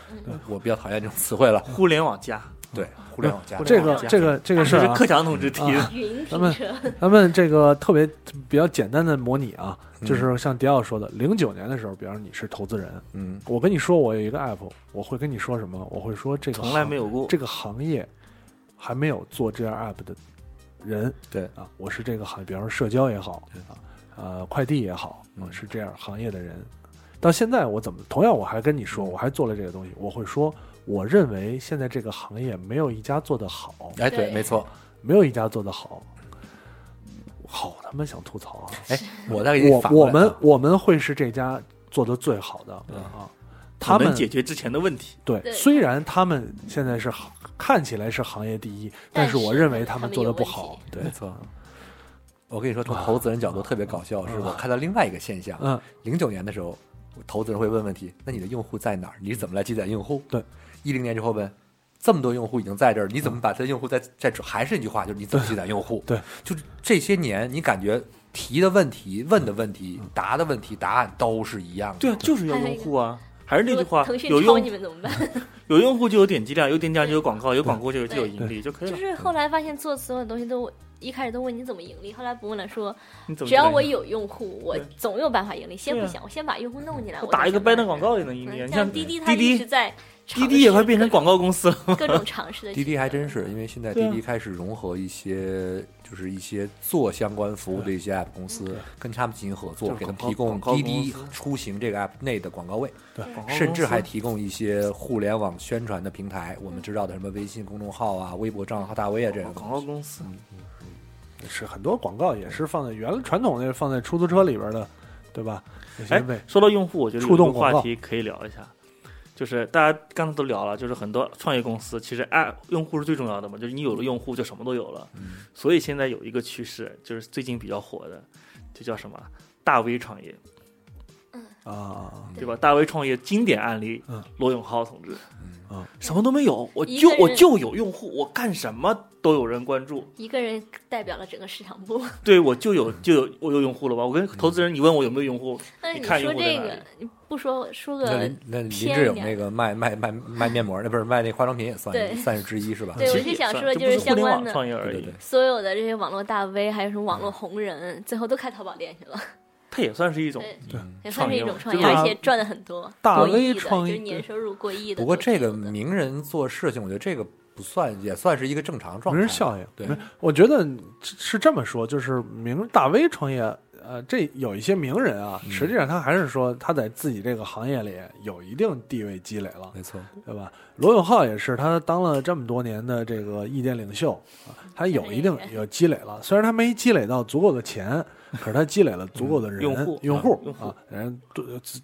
我比较讨厌这种词汇了。
互联网加，
对，互联网加
嗯
这个这个这个事
这
儿
是
啊，
克强同志提的。
云
咱
停
们
车，
咱们这个特别比较简单的模拟啊，
嗯
就是像迪奥说的，零九年的时候，比方说你是投资人，
嗯，
我跟你说我有一个 app，我会跟你说什么？我会说这个
从来没
有
有过，
这个行业还没有做这样 app 的人，
对
啊，我是这个行，比方说社交也好
对
啊，呃，快递也好，我
嗯
是这样行业的人。到现在我怎么同样我还跟你
嗯
说，我还做了这个东西，我会说，我认为现在这个行业没有一家做得好，
哎，对，
对
没错。
没有一家做得好，好他妈想吐槽啊！
哎，我再给你
我
反过
我
来
们
啊
我们会是这家做的最好的
嗯
啊，
他
他
们
们
解决之前的问题。
对，
对
虽然他们现在是好看起来是行业第一，
但
但是我
是
认为
他
们
们
做的
有
不
问题
好。对
没，错。我跟你说，从投资人角度特别搞笑，是我看到另外一个现象，
嗯，
零九年的时候，投资人会问问题：那你的用户在哪儿？你是怎么来积攒用户？
对，
一零年之后问。这么多用户已经在这儿，你怎么把他的用户再再出还是那句话，就是你怎么积攒用户？
对对
就是这些年，你感觉提的问题、问的问题、答的问题、答案都是一样的。
对啊，就是要用户啊。还是那句话
如果 腾，讯
有
抄你
用
们怎么办？
有用户就有点击量，有点击量就有广告，有广告就有就有盈利就可以
就
了。
是后来发现做所有东西都。一开始都问你怎么盈利，后来不问了说，
你 怎么
只要
知道
我有用户，我
对
总有办法盈利。先
对
不
啊
想，我先把用户弄进来，
我
我
打
再
一个
想办
banner
法
广告也能盈利啊。
嗯
你
像
像
滴滴，它
滴
一直
滴，
在尝
滴
试
滴也快变成广告公司了。
各种各种 尝试的
滴
机
滴
会
还真是，因为现在
对
滴
啊
滴开始融合一些就是一些做相关服务的一些 app 公司，跟他们进行合作，
就是
给他
广告
们提供
广告
滴
公
滴
司
出行这个 app 内的广告位，
广告
甚至
公司
还提供一些互联网宣传的平台。我们知道的什么微信公众号啊、微博账号、大 V 啊这样的
广
东
告
西。
公司，
嗯是很多广告也是放在原来传统那放在出租车里边的，对吧？那些
哎
位，
说到用户，我觉得有
触
一
动
个
广
话
告
题可以聊一下，就是大家刚才都聊了，就是很多创业公司其实爱用户是最重要的嘛，就是你有了用户就什么都有了。
嗯
所以现在有一个趋势，就是最近比较火的，就叫什么大 V 创业，
啊，
对吧？大 V 创业经典案例，
嗯
罗永浩同志，
嗯
什么都没有，我
一
就
个人
我就有用户，我干什么都有人关注，
一个人代表了整个市场部。
对我就有就有我有用户了吧？我跟投资人，你问我有没有用户，
但是
你看
说
用户在
这
哪
个
里，
你不说说
那
个
林，那林
偏
志
一
颖
点
那个卖卖卖卖面膜，那不是卖那化妆品也算
对
算是之一是吧？
对
其
我
实
就
也
想
算
说
这
就
不
是
是互
相
联
关
网
的
创业而
对
已
对，
所有的这些网络大 V，还有什么网络红人，最后都开淘宝店去了，
它也算是一种
对
对，
也算是一种创业，
创业嘛
而且赚的很多，
大
过
V
亿的，
创
就
业
是年收入过亿的。
不过这个
都是有的
名人做事情，我觉得这个不算，也算是一个正常状
名
态。
人效应。
对
没，我觉得是是这么说，就是名大 V 创业，呃，这有一些名人啊，
嗯
实际上他还是说他在自己这个行业里有一定地位积累了，
没错，
对吧？罗永浩也是，他当了这么多年的这个意见领袖，啊他有一定有积累了。虽然他没积累到足够的钱，可是他积累了足够的人、
用户
用户
啊用户
啊，人对自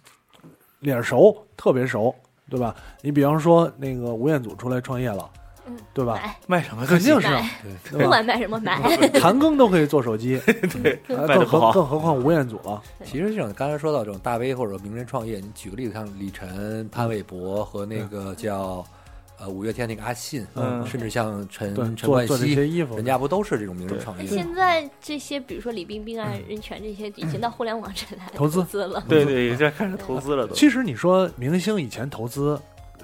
脸熟，特别熟，对吧？你比方说那个吴彦祖出来创业了，
嗯
对吧？
买
卖什么都
肯定是啊
买，
对
不
吧？
管卖什么买，
韩庚都可以做手机，
对，
呃
卖
更
的不
何
好，
更何况吴彦祖了。
其实像刚才说到这种大 V 或者名人创业，你举个例子，像李晨、潘玮柏和
嗯
那个叫呃五月天那个阿信，
嗯
甚至像陈
对，
嗯陈
做
冠
做这些
希，
衣服，
人家不都是这种名人创
哎
业？
现在这些，比如说李冰冰啊、任泉这些，已经到互联网这来
投资
了。
对对，也在开始投资了都。
其实你说明星以前投资，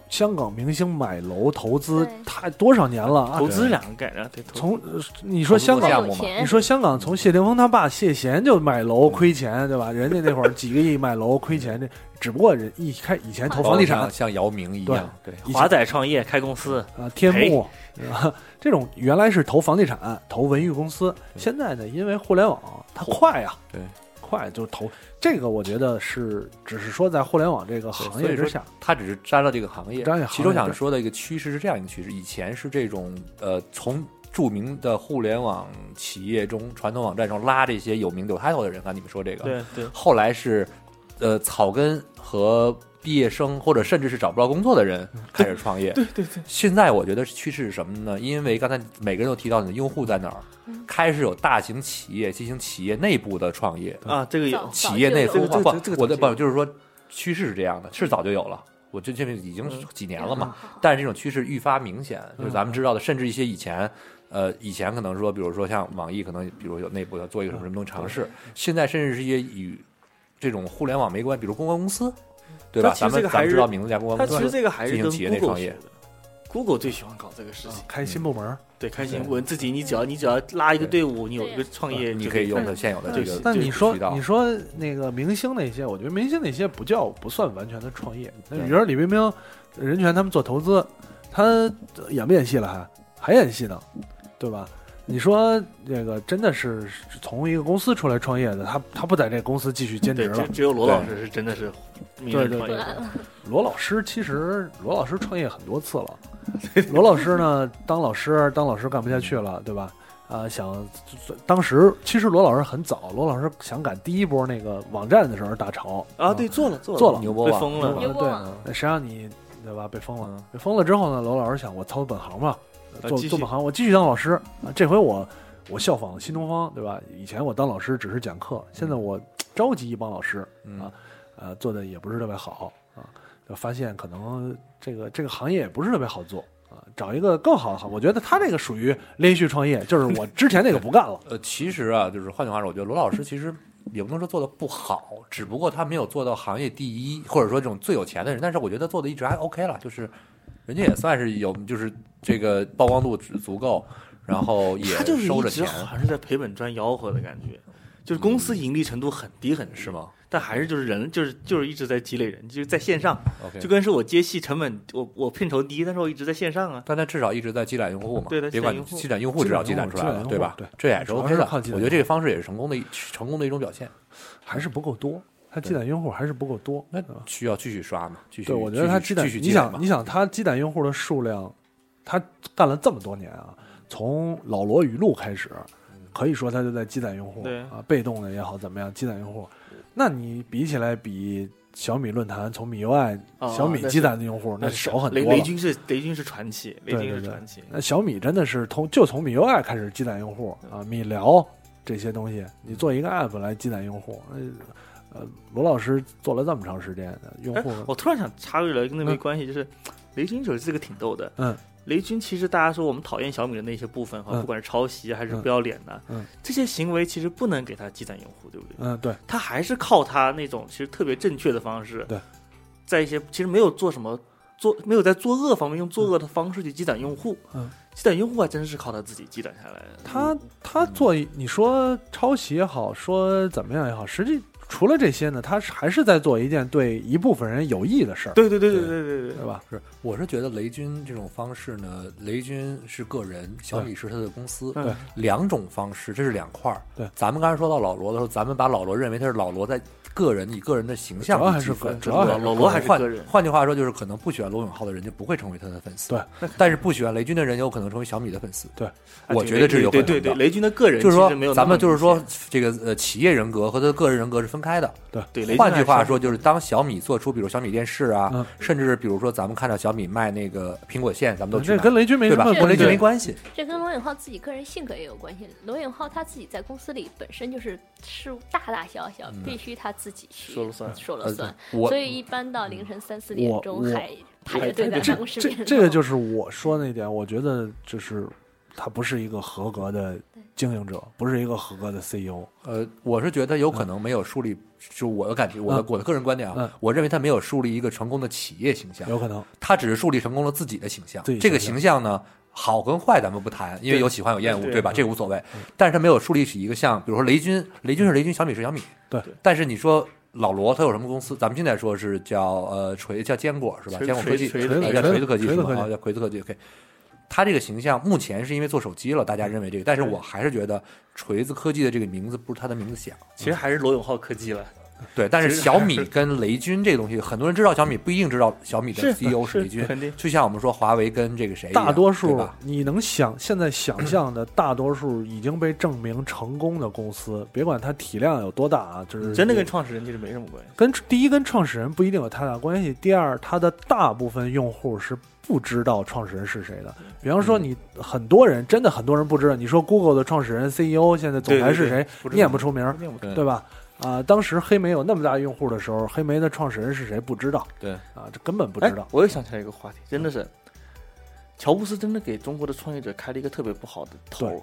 香港明星买楼投资
对，
太多少年了啊？
投资两个概念，对，投
从呃你说香
投资
港，
项
有
目嘛
钱
你，说香港从谢霆锋他爸谢贤就买楼
嗯
亏钱，对吧？人家那会儿几个亿买楼亏钱，这只不过人一开以前投
包括
房地产
像像姚明一样，对，
以前
华仔创业开公司，
啊，天
哎
幕啊，这种原来是投房地产、投文娱公司，现在呢，因为互联网它快呀，
嗯对，
快就投这个，我觉得是只是说在互联网这个行业
所以
之
说
下，
他只是沾了这个行业
沾了行。业
其中想
对
说的一个趋势是这样一个趋势：以前是这种呃，从著名的互联网企业中、传统网站上拉这些有名有 title 的人，刚才你们说这个，
对对，
后来是呃草根和毕业生，或者甚至是找不到工作的人开始创业。对对对。现在我觉得趋势是什么呢？因为刚才每个人都提到你的用户在哪儿，开始有大型企业进行企业内部的创业，
啊，这个有
早
企业内
早
孵
这个
化。
这个这
不
个，
我的
这个
不就是说趋势是这样的，是早就有了。我这这已经是几年了嘛，
嗯
但是这种趋势愈发明显，就是咱们知道的，甚至一些以前，呃，以前可能说，比如说像网易，可能比如有内部要做一个什么什么东西尝
嗯
试，现在甚至是一些与这种互联网没关，比如公关公司，对吧
它？其实
咱们
这个还
咱们知道
是
名字叫公关
他
公
其
司，
实这个还是
进
跟
行企业内
Google
创
学
业
的。Google 最喜欢搞这个
嗯
事情，
开新部门儿。
对，开新闻自己，你只要你只要拉一个队伍，你有一个创业，
你
就
可以用
干
它现有的这个。
但
这
你
个
说
渠道
你说那个明星那些，我觉得明星那些不叫不算完全的创业。那
对
比如说李冰冰、任泉他们做投资，他演不演戏了还还演戏呢，对吧？你说这个真的是从一个公司出来创业的，他他不在这个公司继续兼职
对，只
了。
只有罗老师是真的是名人创业
对对啊
者，
罗老师其实罗老师创业很多次了，罗老师呢当老师当老师干不下去了，对吧？啊、想当时其实罗老师很早，罗老师想赶第一波那个网站的时候大潮
啊，对，做了做了
做了
牛波
被
网
封
牛
了，
波
牛
对
波网
那谁让你对吧？被封了，
嗯
被封了之后呢，罗老师想我操本行吧，做
继续
做本行，我继续当老师啊。这回我我效仿新东方，对吧？以前我当老师只是讲课，现在我召集一帮老师
嗯，
啊，呃，做的也不是特别好啊，就发现可能这个这个行业也不是特别好做。啊，找一个更好的行，我觉得他这个属于连续创业，就是我之前那个不干了
呃，其实啊，就是换句话说，我觉得罗老师其实也不能说做的不好，只不过他没有做到行业第一，或者说这种最有钱的人。但是我觉得做的一直还 OK 了，就是人家也算是有，就是这个曝光度足够，然后也
他就是
收
一
着
直
钱，
嗯
好像是在赔本赚吆喝的感觉，就是公司盈利程度很低很低
是？吗？
但还是就是人就是就是一直在积累人，就是在线上，
OK，
就跟是我接戏成本我我片酬低，但是我一直在线上啊。
但它至少一直在积攒用户嘛，
对在积
别
攒
管
用户
积攒用户，至少积攒出来
积攒
了，
用户
对吧？
对
这也是
主要
OK
是
的。
靠
我
积攒
觉得这个方式也是成功的一成功的一种表现。
还是不够多，它积攒用户还是不够 多。
那
啊
需要继续刷嘛？继续，
对，我觉得它
继
积
续
攒，
继续
你
积累嘛
想，你想它积攒用户的数量，它干了这么多年啊，从老罗语录开始，可以说它就在积攒用户，
对
啊，被动的也好，怎么样积攒用户？那你比起来，比小米论坛从米 UI
哦
小米
那是
积攒的用户那
是
少很多
雷
了。
雷军是雷军是传奇，雷
对
军
对
是
对
传奇，哎
那小米真的是从就从米 UI 开始积攒用户啊，米聊这些东西，你做一个 app 来积攒用户，呃，呃罗老师做了这么长时间，呃用
哎
户、，
我突然想插入了，跟那没
嗯
关系，就是雷军手机这个挺逗的。
嗯，
雷军其实大家说我们讨厌小米的那些部分哈，
嗯
不管是抄袭还是
嗯
不要脸呐，
嗯
这些行为其实不能给他积攒用户，对不对？
嗯，对，
他还是靠他那种其实特别正确的方式，
对，
在一些其实没有做什么做没有在作恶方面用作恶的方式去积攒用户，
嗯，
积攒用户还真是靠他自己积攒下来的。
他他做一你说抄袭也好，说怎么样也好，实际除了这些呢，他是还是在做一件对一部分人有益的事儿，
对对对对对对对
对吧？
是，我是觉得雷军这种方式呢，雷军是个人，小米是他的公司，
对，
两种方式，这是两块儿。
对
咱们刚才说到老罗的时候，咱们把老罗认为他是老罗在个人以个人的形象
主要还
去
是
积分
个主要还
是老罗还是
换
个人
换句话说，就是可能不喜欢罗永浩的人就不会成为他的粉丝，
对。
但是不喜欢雷军的人有可能成为小米的粉丝，
对。
啊
我觉得这是有
对
可能
对
的。
对，雷军的个人
就是
其实没有那么
说，咱们就是
明
说
显，
这个呃，企业人格和他的个人人格是分开的。
对，雷军
换句
还
话
是
说，就是当小米做出，比如小米电视啊，
嗯
甚至是比如说咱们看到小米卖那个苹果线，咱们都去
这
买，
跟雷军没
对
什
吧
么？
跟雷
这
关
军没
系，
关系。
这跟罗永浩自己个人性格也有关系。罗永浩他自己在公司里本身就是事务大大小小必须他自己去
说了算
说了算，
我
所以一般到凌晨三四点
我
钟
我
还排着队在 办公
这
室
这
里面
这个
弄
就是我说那点，我觉得就是他不是一个合格的经营者，不是一个合格的 E CEO。
呃，我是觉得有可能没有树立，就是我的感觉，我的
嗯
我的个人观点啊
嗯，
我认为他没有树立一个成功的企业形象，
有可能，
他只是树立成功了自己的形象
自己。
这个
形
形象呢，好跟坏咱们不谈，因为
对
有喜欢有厌恶，
对
对吧？这无所谓。但是他没有树立起一个像，比如说雷军，雷军是雷军，小米是小米。
对。
但是你说老罗他有什么公司？咱们现在说是叫呃锤叫坚果是吧？
锤
坚果科技，
锤
锤
呃
子
叫
锤
锤
子
子科技
锤
是
子
吧？
科技
啊叫锤子科技。OK，他这个形象目前是因为做手机了，大家认为这个，但是我还是觉得锤子科技的这个名字不是他的名字响。
其实还是罗永浩科技了。
对，但是
其实
小米跟雷军这个东西，很多人知道小米，不一定知道小米的
是
CEO E 是
是
雷军，
肯定
就像我们说华为跟这个谁一样，
大多
哎对
数
吧？
你能想现在想象的，大多数已经被证明成功的公司，别管它体量有多大啊，就是
真的跟创始人其实没什么关系。
跟第一跟创始人不一定有太大关系，第二它的大部分用户是不知道创始人是谁的。比方
嗯
说，你很多人真的很多人不知道，你说 Google 的创始人 CEO 现在总裁是谁，
不知道
念不出名儿，
念不出
对
对吧？啊、当时黑莓有那么大用户的时候，黑莓的创始人是谁不知道，
对
啊，这根本不
哎
知道，嗯
我又想起来一个话题，真的是，乔布斯真的给中国的创业者开了一个特别不好的头，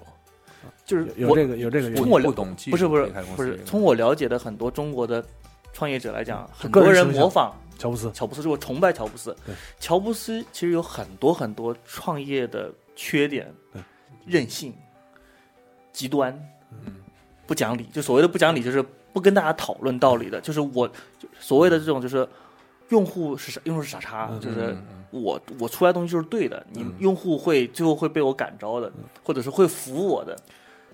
就是
有有
我
这个有这个原
从
因
我
不懂技术，
不是不是
离开公司
不是
这个
从我了解的很多中国的创业者来讲，很
嗯个人
多人
形象
模仿
乔布斯，
乔布斯，就我崇拜乔布斯
对。
乔布斯其实有很多很多创业的缺点
对，
任性、极端，
嗯
不讲理。就所谓的不讲理，就是不跟大家讨论道理的，就是我就所谓的这种就是用户是傻用户是傻叉，
嗯
就是
嗯嗯
我我出来的东西就是对的，你
嗯
用户会最后会被我感召的，或者是会服我的。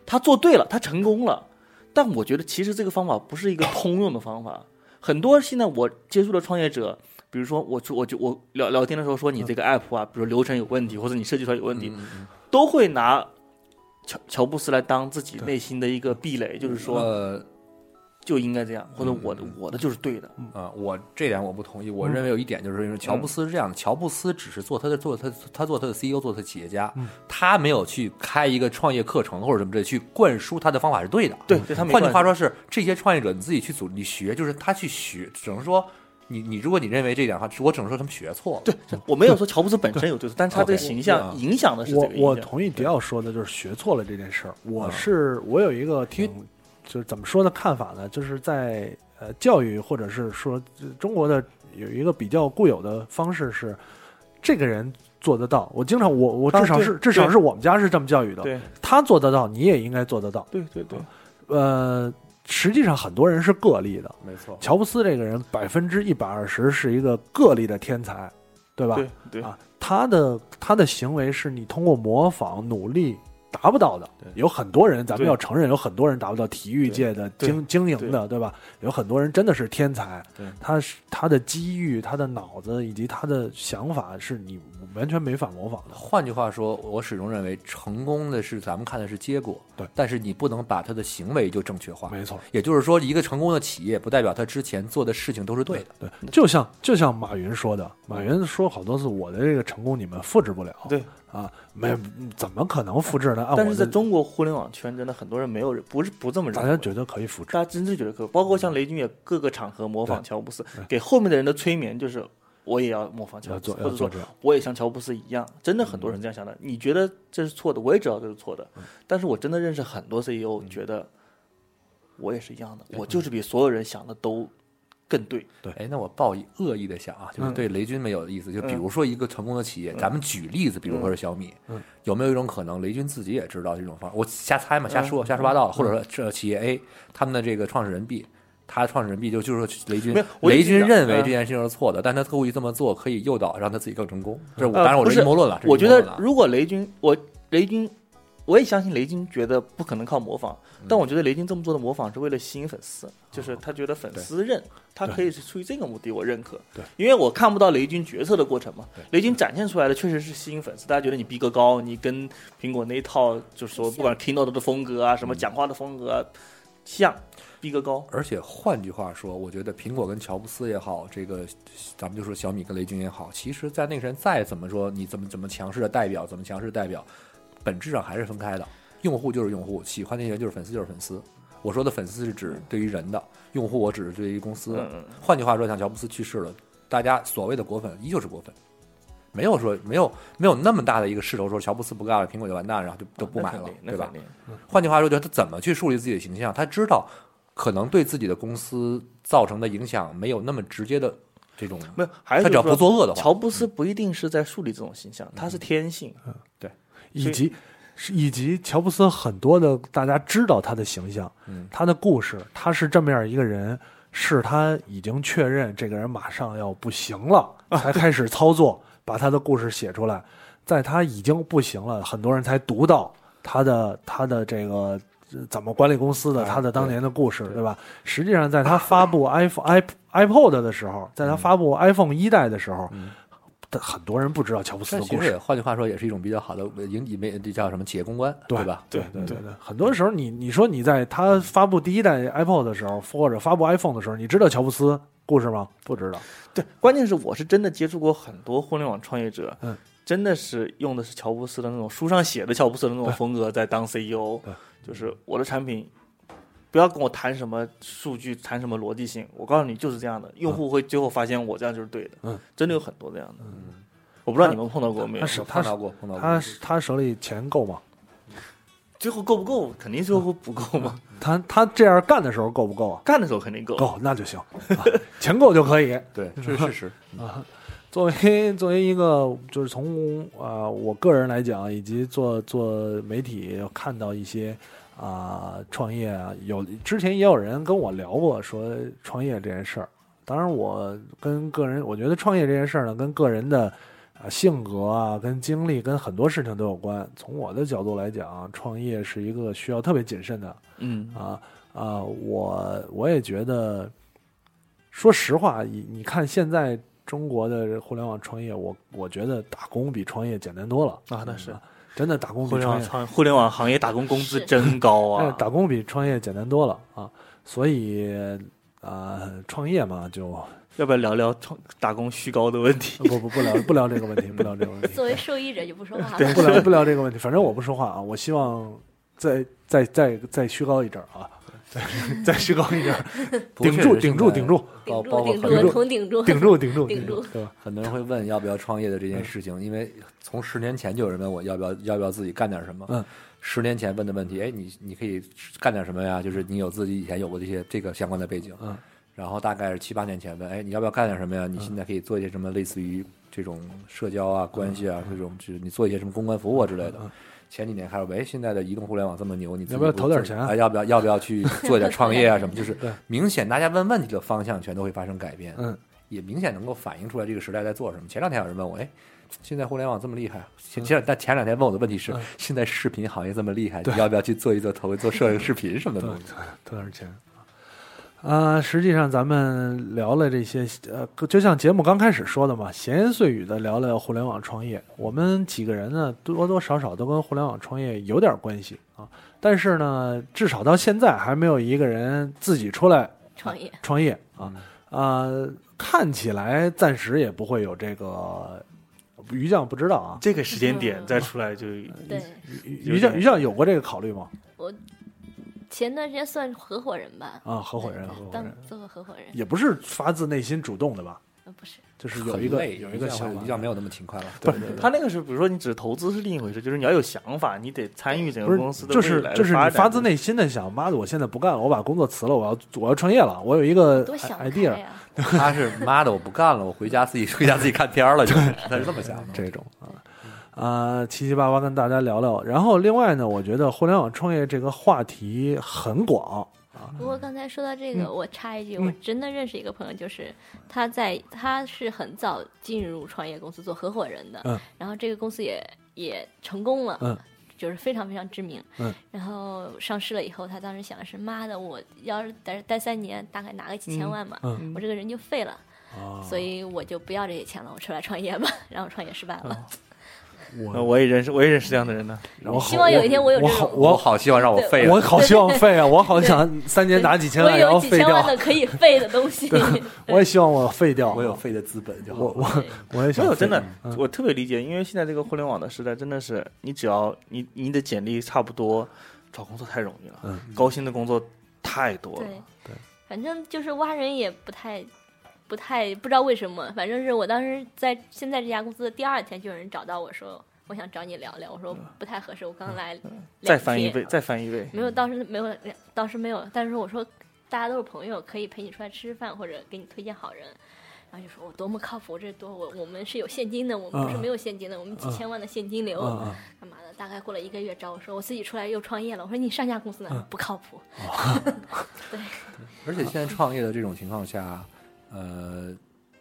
他做对了，他成功了，但我觉得其实这个方法不是一个通用的方法。很多现在我接触的创业者，比如说我就我就我聊聊天的时候说
嗯
你这个 app 啊，比如流程有问题，或者你设计出来有问题，都会拿乔乔布斯来当自己内心的一个壁垒，就是说
呃
就应该这样，或
嗯
者我的我的就是对的。
呃，我这点我不同意。我认为有一点就是，因为乔布斯是这样的，
嗯
乔布斯只是做他的做他他做他的 CEO，做他的企业家，
嗯
他没有去开一个创业课程或者什么之类去灌输他的方法是对的。嗯
对对他没
换句
灌输
话说是这些创业者你自己去组你学，就是他去学，只能说你你如果你认为这一点的话，我只能说他们学错了。对，
我没有说乔布斯本身有对错，但是他这个
OK，啊
形
我
象影响的是这
我
个
我
影响。
同意迪奥说的，就是学错了这件事儿。
嗯
我是我有一个挺就是怎么说的看法呢？就是在呃教育或者是说呃中国的有一个比较固有的方式是，这个人做得到。我经常我我
啊
至少
对
是、至少
对
是我们家是这么教育的，
对
他做得到，你也应该做得到。
对对对，
呃，实际上很多人是个例的。
没错，
乔布斯这个人百分之一百二十是一个个例的天才，对吧？
对对
啊，他的他的行为是你通过模仿努力达不到的。有很多人，咱们
对
要承认，有很多人达不到体育界的
对
精精英的，对吧？有很多人真的是天才，
对
他是他的机遇、他的脑子以及他的想法是你完全没法模仿的。
换句话说，我始终认为成功的是咱们看的是结果，
对
但是你不能把他的行为就正确化。
没错，
也就是说，一个成功的企业不代表他之前做的事情都是对的。
对，就像就像马云说的，马云说好多次，我的这个成功你们复制不了。
对
啊，没怎么可能复制呢？按我
但是在
的
中国互联网圈，真的很多人没有人不是不这么认
大
为，
家觉得可嗯以复制。
大家真是觉得可，包括像雷军也各个场合模仿乔布斯，给后面的人的催眠就是我也要模仿乔
要
布斯，
做
或
要
者
做
说
这样，嗯
我也像乔布斯一样，真的很多人这样想的。你觉得这是错的，我也知道这是错的，但是我真的认识很多 CEO，觉
嗯
得我也是一样的，我就是比所有人想的都更对。嗯
哎，那我抱以恶意的想啊，就是对雷军没有意思。就比如说一个成功的企业，咱们举例子，比如说
嗯
是小米，有没有一种可能，雷军自己也知道这种方法？我瞎猜嘛，瞎说，
嗯
瞎说八道，或者说这企业 A 他们的这个创始人 B。他的创始人 B 就就是说雷军
没有，我
雷
一直
军
想
认为
嗯
这件事情是错的，但他故意这么做可以诱导让他自己更成功。这是我
呃
当然我
不
是
是
阴谋论了。这是
我
阴
觉
谋论
得
了啊
如果雷军，我雷军。我也相信雷军觉得不可能靠模仿，
嗯
但我觉得雷军这么做的模仿是为了吸引粉丝，就是他觉得粉丝认，他可以是出于这个目的，我认可。
对，
因为我看不到雷军决策的过程嘛，雷军展现出来的确实是吸引粉丝，大家觉得你逼格高，你跟苹果那一套，就是说不管 keynote 的风格啊，什么
嗯
讲话的风格、啊、像，逼格高。
而且换句话说，我觉得苹果跟乔布斯也好，这个咱们就说小米跟雷军也好，其实，在那个人再怎么说，你怎么怎么强势的代表，怎么强势的代表，本质上还是分开的。用户就是用户，喜欢那些人就是粉丝就是粉丝。我说的粉丝是指对于人的，用户我只是对于公司的。
嗯嗯
换句话说，像乔布斯去世了，大家所谓的果粉依旧是果粉。没有说没有没有那么大的一个势头，说乔布斯不干了，苹果就完蛋了，然后就就不买了，
那
对
肯定
吧？？换句话说，就是他怎么去树立自己的形象，他知道可能对自己的公司造成的影响没有那么直接的这种，
没有，还有
他只要
就是
不
说
作恶的话，嗯
乔布斯不一定是在树立这种形象，他是天性。
以及是以及乔布斯很多的大家知道他的形象，
嗯
他的故事，他是这么样一个人，是他已经确认这个人马上要不行 了，才开始操作，把他的故事写出来，在他已经不行了，很多人才读到他的他的这个。呃怎么管理公司的？他的当年的故啊事，对吧？实际上，在他发布 iPhone、i iPod 的时候，在他发布 iPhone 一代的时候，他很多人不知道乔布斯
这
的
其
故
实
事
也。换句话说，也是一种比较好的引以为这叫什么企业公关，对吧？
对对对对，很多时候你你说你在他发布第一代 iPod 的时候，或者发布 iPhone 的时候，你知道乔布斯故事吗？不知道。
对，关键是我是真的接触过很多互联网创业者，
嗯
真的是用的是乔布斯的那种书上写的乔布斯的那种风格在当 CEO，
对
就是我的产品。不要跟我谈什么数据，谈什么逻辑性。我告诉你，就是这样的。用户会最后发现我这样就是对的。
嗯，
真的有很多这样的。嗯，我不知道你们碰到过没有
他？是
我
他
碰
是
到过，碰到
他
过。
他手里钱够吗？
最后够不够？肯定最后不够嘛。
他他这样干的时候够不够啊？
干的时候肯定够。
嗯够，那就行，啊、钱够就可以。
对，这是事实。
作为 作为一个，就是从啊、呃我个人来讲，以及做做媒体看到一些啊、创业啊，有之前也有人跟我聊过说创业这件事儿。当然，我跟个人，我觉得创业这件事儿呢，跟个人的啊性格啊、跟经历、跟很多事情都有关。从我的角度来讲，创业是一个需要特别谨慎的
嗯，
啊啊，我我也觉得，说实话，你你看现在中国的互联网创业，我我觉得打工比创业简单多了嗯
啊那是
真的打工
互
比
联
创
网
业，
创互联网行业打工工资
是
真高
哎
啊！
打工比创业简单多了啊，所以啊、创业嘛，就
要不要聊聊创打工虚高的问题？
不不不聊不聊这个问题，不聊这个问题，
作为受益者就不说话
对，
了。
不聊不聊这个问题，反正我不说话啊。我希望再再再再虚高一阵儿啊， 再再虚高一阵儿，顶住顶住顶，住
包
顶
包括
住顶住，
顶
我
住
同顶住，
顶住顶住
顶住
对吧？
很多人会问要不要创业的这
嗯
件事情，因为从十年前就有人问我要不要要不要自己干点什么。
嗯，
十年前问的问题，哎，你你可以干点什么呀？就是你有自己以前有过这些这个相关的背景。
嗯，
然后大概是七八年前问，哎，你要不要干点什么呀？你现在可以做一些
嗯
什么类似于这种社交啊、关系啊这种，就是你做一些什么公关服务啊之类的。前几年还有，喂，现在的移动互联网这么牛，你自己
要不要投点
做
钱啊
哎要不要要不要去做点创业啊？ 什么就是
对
明显大家问问题的方向全都会发生改变，
嗯，
也明显能够反映出来这个时代在做什么。前两天有人问我，哎。现在互联网这么厉害，前前但前两天问我的问题是：
嗯
现在视频行业这么厉害，你
对
要不要去做一做投做摄影视频什么的
对
东西？，
投点钱。啊、实际上咱们聊了这些，呃，就像节目刚开始说的嘛，闲言碎语的聊聊互联网创业。我们几个人呢，多多少少都跟互联网创业有点关系啊，但是呢，至少到现在还没有一个人自己出来
创业，
创业啊，呃，看起来暂时也不会有这个。于酱不知道啊，
这个时间点再出来就
嗯
嗯
对
于酱于酱有过这个考虑吗？
前段时间算合伙人吧，
啊，合伙
对
人，合伙人
当做个合伙人，
也不是发自内心主动的吧？
呃不是，
就是有一个有一个想
比
法，
较没有那么勤快了。
不
对
是
他那个是，比如说你只投资是另一回事，就是你要有想法，你得参与整
不
个
是
公司的
就是
未来的
就是
发
你
展
发自内心的想，妈的，我现在不干了，我把工作辞了，我要我要创业了，我有一个
多想不
呃 idea
开呀，
他是妈的，我不干了，我回家自己回家自己看片儿了，就是他是这么想的。
这种啊。啊，七七八八跟大家聊聊。然后另外呢，我觉得互联网创业这个话题很广，
不过刚才说到这
嗯
个，我插一句，我真的认识一个朋友，就是他在他是很早进入创业公司做合伙人的，
嗯
然后这个公司也也成功了，
嗯
就是非常非常知名，
嗯
然后上市了以后，他当时想的是，妈的，我要是在这待三年，大概拿个几千万嘛，
嗯
我这个人就废了，
啊，
所以我就不要这些钱了，我出来创业吧， 然后创业失败了，
呃
我
我也认识，我也认识这样的人呢。
哦我好
希望有一天我有这
我
种
好
我好希望让我
对
废
我
了，
好希望废啊，我好想三年拿几千万，
我
然后
有几
废
千万
掉。
的可以废的东 西，
我也希望我废掉，啊
我有废的资本就
我
好。
我我也想
没有，
废
真的
嗯，
我特别理解，因为现在这个互联网的时代，真的是你只要你你的简历差不多，找工作太容易了，
嗯
高薪的工作太多了。
对
对，
反正就是挖人也不太，不太不知道为什么，反正是我当时在现在这家公司的第二天就有人找到我说，我想找你聊聊，我说不太合适，我刚来
再
两
翻一
天
倍，，再翻一倍，
没有，倒是没有，倒是没有，但是我说大家都是朋友，可以陪你出来吃饭或者给你推荐好人。然后就说我多么靠谱，这多我我们是有现金的，我们不是
嗯
没有现金的，我们几千万的现金流，
嗯嗯，
干嘛的？大概过了一个月找我说我自己出来又创业了，我说你上家公司呢不靠谱，
而且现在创业的这种情况下，呃，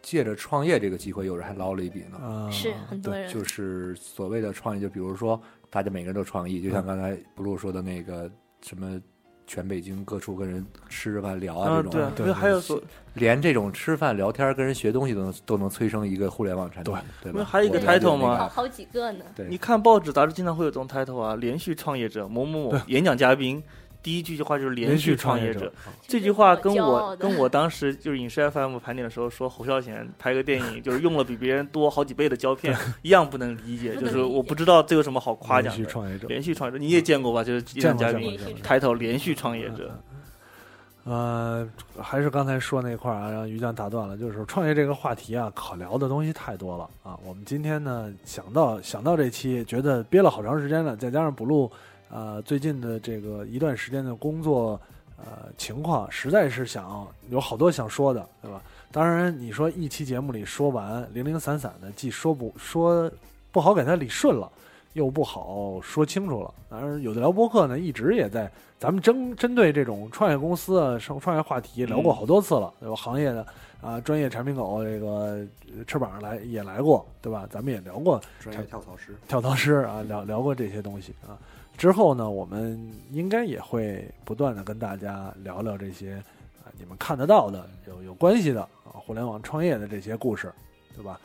借着创业这个机会，有人还捞了一笔呢。
啊
是很多
对
人
就是所谓的创业，就比如说大家每个人都创意，就像刚才布鲁说的那个什么。全北京各处跟人吃饭聊啊，
啊，
这种、
对啊，
对
因为还有所，
连这种吃饭聊天跟人学东西都能都能催生一个互联网产品，对
因为
吧？
还有一个
我了解
title
那
嘛
好
个
好几个呢。
对
你看报纸杂志经常会有这种 title 啊，连续创业者某某某演讲嘉宾，第一句话就是
连续
续
创
创
业
业
者。
这句话跟
骄傲
我
的
跟我当时就是影视 FM 盘点的时候说侯孝贤拍个电影就是用了比别人多好几倍的胶 片一样不能理解，
不
就
能
是
理解
我不知道这有什么好夸
连
奖
续
的。
创业者，
连续创业者你也见过吧？就是演
见
讲
过
嘉
见过
宾
见过。嗯
抬头连续创业者，
呃，还是刚才说那块儿啊，让于酱打断了，就是创业这个话题啊，可聊的东西太多了啊。我们今天呢，想到想到这期，觉得憋了好长时间了，再加上补录，呃，最近的这个一段时间的工作呃情况，实在是想有好多想说的，对吧？当然，你说一期节目里说完零零散散的，既说不说不好给它理顺了，又不好说清楚了。当然，有的聊播客呢，一直也在咱们针针对这种创业公司啊、创创业话题聊过好多次了，对吧？行业的啊，专业产品狗这个呃翅膀来也来过，对吧？咱们也聊过
专业跳槽师，
跳蚤师啊，聊聊过这些东西啊。之后呢，我们应该也会不断的跟大家聊聊这些啊，你们看得到的有有关系的啊，互联网创业的这些故事，对吧？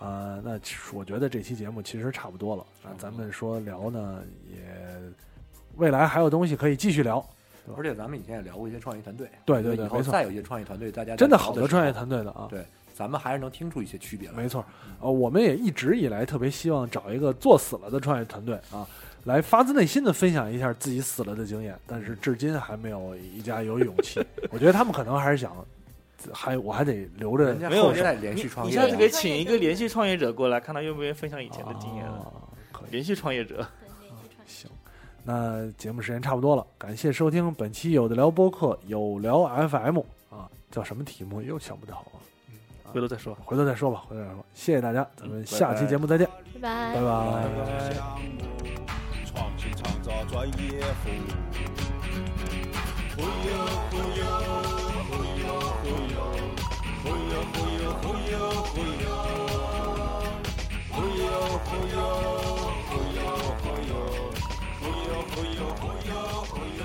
啊、那其实我觉得这期节目其实差不多了啊，咱们说聊呢，也未来还有东西可以继续聊，
而且咱们以前也聊过一些创业团队，
对对
我觉得
对
以后
没错
再有一些创业团队，大家
真
的
的好多创业，团队的啊，
对，咱们还是能听出一些区别来。
没错，呃，我们也一直以来特别希望找一个做死了的创业团队啊，来发自内心的分享一下自己死了的经验，但是至今还没有一家有勇 气。我觉得他们可能还是想，还我还得留着
人家
没有
后代
人
连续创
你
业，
下次可以请
创业
一
者
个连续创业者过来，看他愿不愿意分享以前的经验了。
啊，可以
连续创业者，
行。那节目时间差不多了，感谢收听本期有的聊播客有聊 FM 啊，叫什么题目又想不到啊，
回头再说。
回头再说吧，回头再说。谢谢大家，咱
嗯
们
拜
下期
拜
节目再见，
拜拜
拜拜
拜拜
项目，创
专业服务。忽悠忽悠忽悠忽悠忽悠忽悠忽悠忽悠忽悠忽悠忽悠忽悠忽悠忽悠忽悠忽悠。